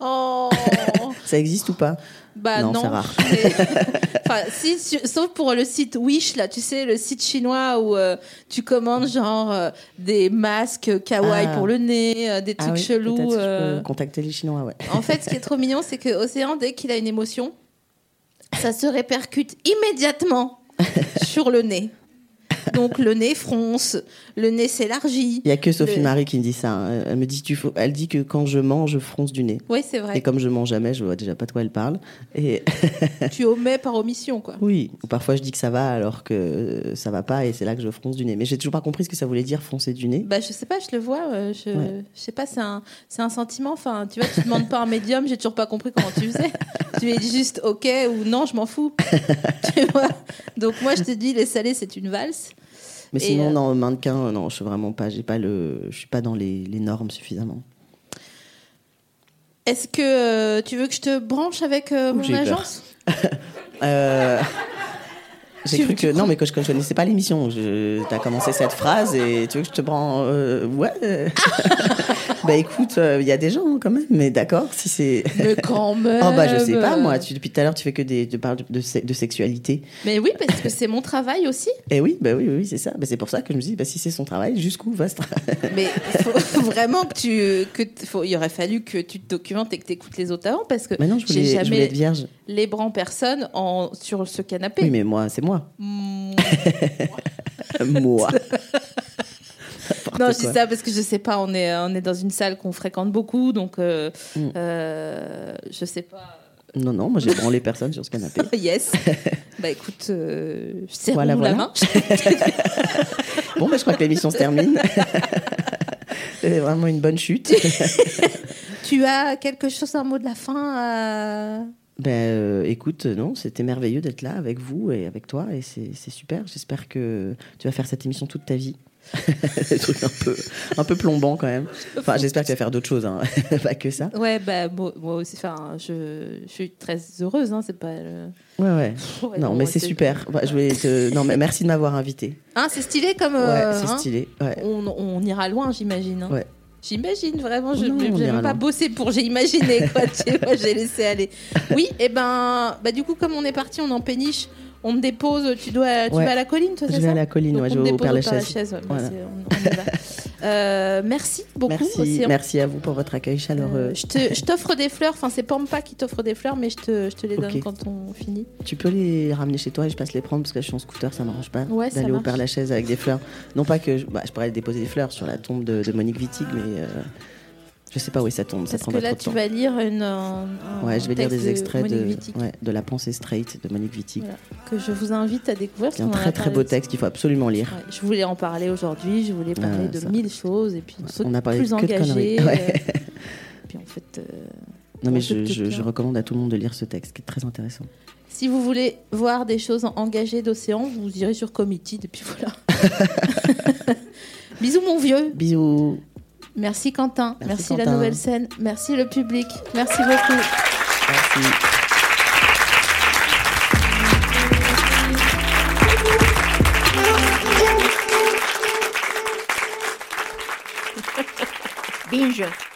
S1: Oh
S2: <laughs> ça existe ou pas
S1: Bah non,
S2: Non, c'est rare.
S1: mais- <laughs> enfin, si, su- sauf pour le site Wish, là, tu sais, le site chinois où euh, tu commandes genre euh, des masques euh, kawaii
S2: Ah.
S1: pour le nez, euh, des
S2: Ah
S1: trucs
S2: oui, peut-être
S1: chelous.
S2: que je peux
S1: euh.
S2: Contacter les Chinois, ouais.
S1: En fait, ce qui est trop mignon, c'est que Océan, dès qu'il a une émotion, ça se répercute
S2: <laughs>
S1: immédiatement sur le nez. Donc le nez fronce, le nez s'élargit.
S2: Il y a que Sophie
S1: Le-
S2: Marie qui me dit ça. hein. Elle me dit tu fous- elle dit que quand je mens, je fronce du nez.
S1: Oui, c'est vrai.
S2: Et comme je mens jamais, je vois déjà pas de quoi elle parle. Et <laughs>
S1: Tu omets par omission, quoi.
S2: oui, ou parfois je dis que ça va alors que euh, ça va pas et c'est là que je fronce du nez. Mais j'ai toujours pas compris ce que ça voulait dire froncer du nez.
S1: Bah, je sais pas, je le vois. euh, je,
S2: Ouais.
S1: je sais pas, c'est un, c'est un sentiment. Enfin, tu vois, tu demandes pas un médium, j'ai toujours pas compris comment tu faisais. tu lui dis juste OK ou non, je m'en fous. <laughs> tu vois Donc, moi, je te dis, les salés, c'est une valse.
S2: Mais
S1: Et,
S2: sinon
S1: euh,
S2: non, mannequin, euh, non, je suis vraiment pas, j'ai pas le, je suis pas dans les, les normes suffisamment.
S1: Est-ce que euh, tu veux que je te branche avec euh,
S2: Ouh,
S1: mon
S2: j'ai eu peur.
S1: agence
S2: J'ai
S1: Tu-
S2: cru
S1: tu
S2: que euh, non, mais que je que je connaissais pas l'émission. Je- T'as commencé cette phrase et tu veux que je te prends euh, Ouais. euh.
S1: Ah.
S2: <laughs> bah écoute, il y a des gens hein, quand même, mais d'accord, si c'est.
S1: Mais
S2: <laughs>
S1: quand même.
S2: Oh bah je sais pas moi, tu, depuis tout à l'heure tu fais que des tu parles de, se- de sexualité.
S1: Mais oui, parce que c'est mon travail aussi.
S2: Et oui, bah oui oui, oui, c'est ça. Bah, c'est pour ça que je me dis bah si c'est son travail, jusqu'où va
S1: <laughs>
S2: ce travail
S1: Mais faut <laughs> vraiment que tu. Que t- faut, il aurait fallu que tu te documentes et que tu écoutes les autres avant parce que
S2: Maintenant je
S1: j'ai
S2: voulais, je voulais
S1: jamais
S2: être vierge.
S1: l'ébran personne en, sur ce canapé.
S2: Oui, mais moi, c'est
S1: <laughs>
S2: moi.
S1: Mm.
S2: moi.
S1: Non,
S2: N'importe
S1: je dis
S2: quoi.
S1: ça parce que je sais pas, on est, on est dans une salle qu'on fréquente beaucoup, donc euh, euh, je sais pas.
S2: Non non, moi j'ai branlé personne sur ce canapé.
S1: Yes. bah écoute, euh, je serre
S2: Voilà,
S1: la
S2: voilà.
S1: main.
S2: Bon bah je crois que l'émission se termine.
S1: <laughs>
S2: C'est vraiment une bonne chute.
S1: tu as quelque chose, un mot de la fin à-
S2: Ben euh, écoute, non, c'était merveilleux d'être là avec vous et avec toi et c'est c'est super. J'espère que tu vas faire cette émission toute ta vie. <laughs> des trucs un peu, un peu plombants quand même. Enfin, j'espère que tu vas faire d'autres choses, hein. <laughs> pas que ça.
S1: Ouais, bah, moi, moi aussi, enfin, je, je suis très heureuse, hein, c'est pas. le-
S2: Ouais, ouais.
S1: Ouais,
S2: non,
S1: bon,
S2: mais
S1: ouais,
S2: c'est
S1: c'est-
S2: super. Bah, je voulais te- Non, mais merci de m'avoir invité.
S1: Hein, c'est stylé comme.
S2: Ouais,
S1: euh,
S2: c'est
S1: hein.
S2: stylé. Ouais.
S1: On, on ira loin, j'imagine. hein.
S2: Ouais.
S1: J'imagine vraiment, je
S2: Non, on
S1: n'ai
S2: ira
S1: même pas
S2: loin.
S1: bossé pour, j'ai imaginé, quoi, tu vois, j'ai laissé aller.
S2: <laughs>
S1: Oui, et ben, bah, du coup, comme on est parti, on en péniche, on me dépose, tu, dois, tu
S2: Ouais.
S1: vas à la colline, toi,
S2: Je
S1: c'est
S2: vais
S1: ça
S2: à la colline,
S1: Donc,
S2: ouais,
S1: on
S2: je
S1: me
S2: vais au
S1: dépose
S2: Père-Lachaise.
S1: Père-Lachaise, ouais, bah,
S2: Voilà.
S1: c'est- on-
S2: <laughs>
S1: on y va. Euh, merci beaucoup.
S2: Merci,
S1: Océan.
S2: merci à vous pour votre accueil chaleureux.
S1: hein. Euh, je te- je t'offre des fleurs, enfin c'est Pampa qui t'offre des fleurs, mais je te, je te les donne
S2: Ok.
S1: quand on finit.
S2: Tu peux les ramener chez toi et je passe les prendre parce que je suis en scooter, ça m'arrange pas
S1: Ouais, ça
S2: d'aller au
S1: marche.
S2: Père Lachaise avec des fleurs. Non pas que je, bah, je pourrais déposer des fleurs sur la tombe de, de Monique Wittig, mais euh, je sais pas où est sa tombe, ça
S1: Parce
S2: prend
S1: que
S2: pas
S1: là
S2: trop de
S1: tu
S2: temps.
S1: vas lire une, un, un
S2: Ouais, je vais lire
S1: texte
S2: des
S1: de
S2: extraits de,
S1: Monique Wittig
S2: ouais, de La pensée straight de Monique Wittig.
S1: Voilà. que je vous invite à découvrir.
S2: C'est un
S1: parce qu'on en
S2: très
S1: a
S2: très
S1: parlé
S2: beau
S1: aussi.
S2: texte qu'il faut absolument lire.
S1: Ouais, je voulais en parler aujourd'hui, je voulais parler
S2: Ah,
S1: de
S2: ça.
S1: mille choses et puis de ceux
S2: On a parlé
S1: plus
S2: que de
S1: engagés.
S2: conneries. Ouais.
S1: euh, <laughs> puis en fait, euh,
S2: Non mais
S1: on peut
S2: je, je-
S1: peut-être
S2: je
S1: lire.
S2: recommande à tout le monde de lire ce texte qui est très intéressant.
S1: si vous voulez voir des choses engagées d'océan, vous irez sur Committee et puis
S2: <laughs>
S1: voilà. <laughs> Bisous mon vieux.
S2: Bisous.
S1: Merci Quentin. Merci,
S2: Merci
S1: la
S2: Quentin.
S1: nouvelle scène. Merci le public. Merci beaucoup.
S2: Merci.
S5: Binge.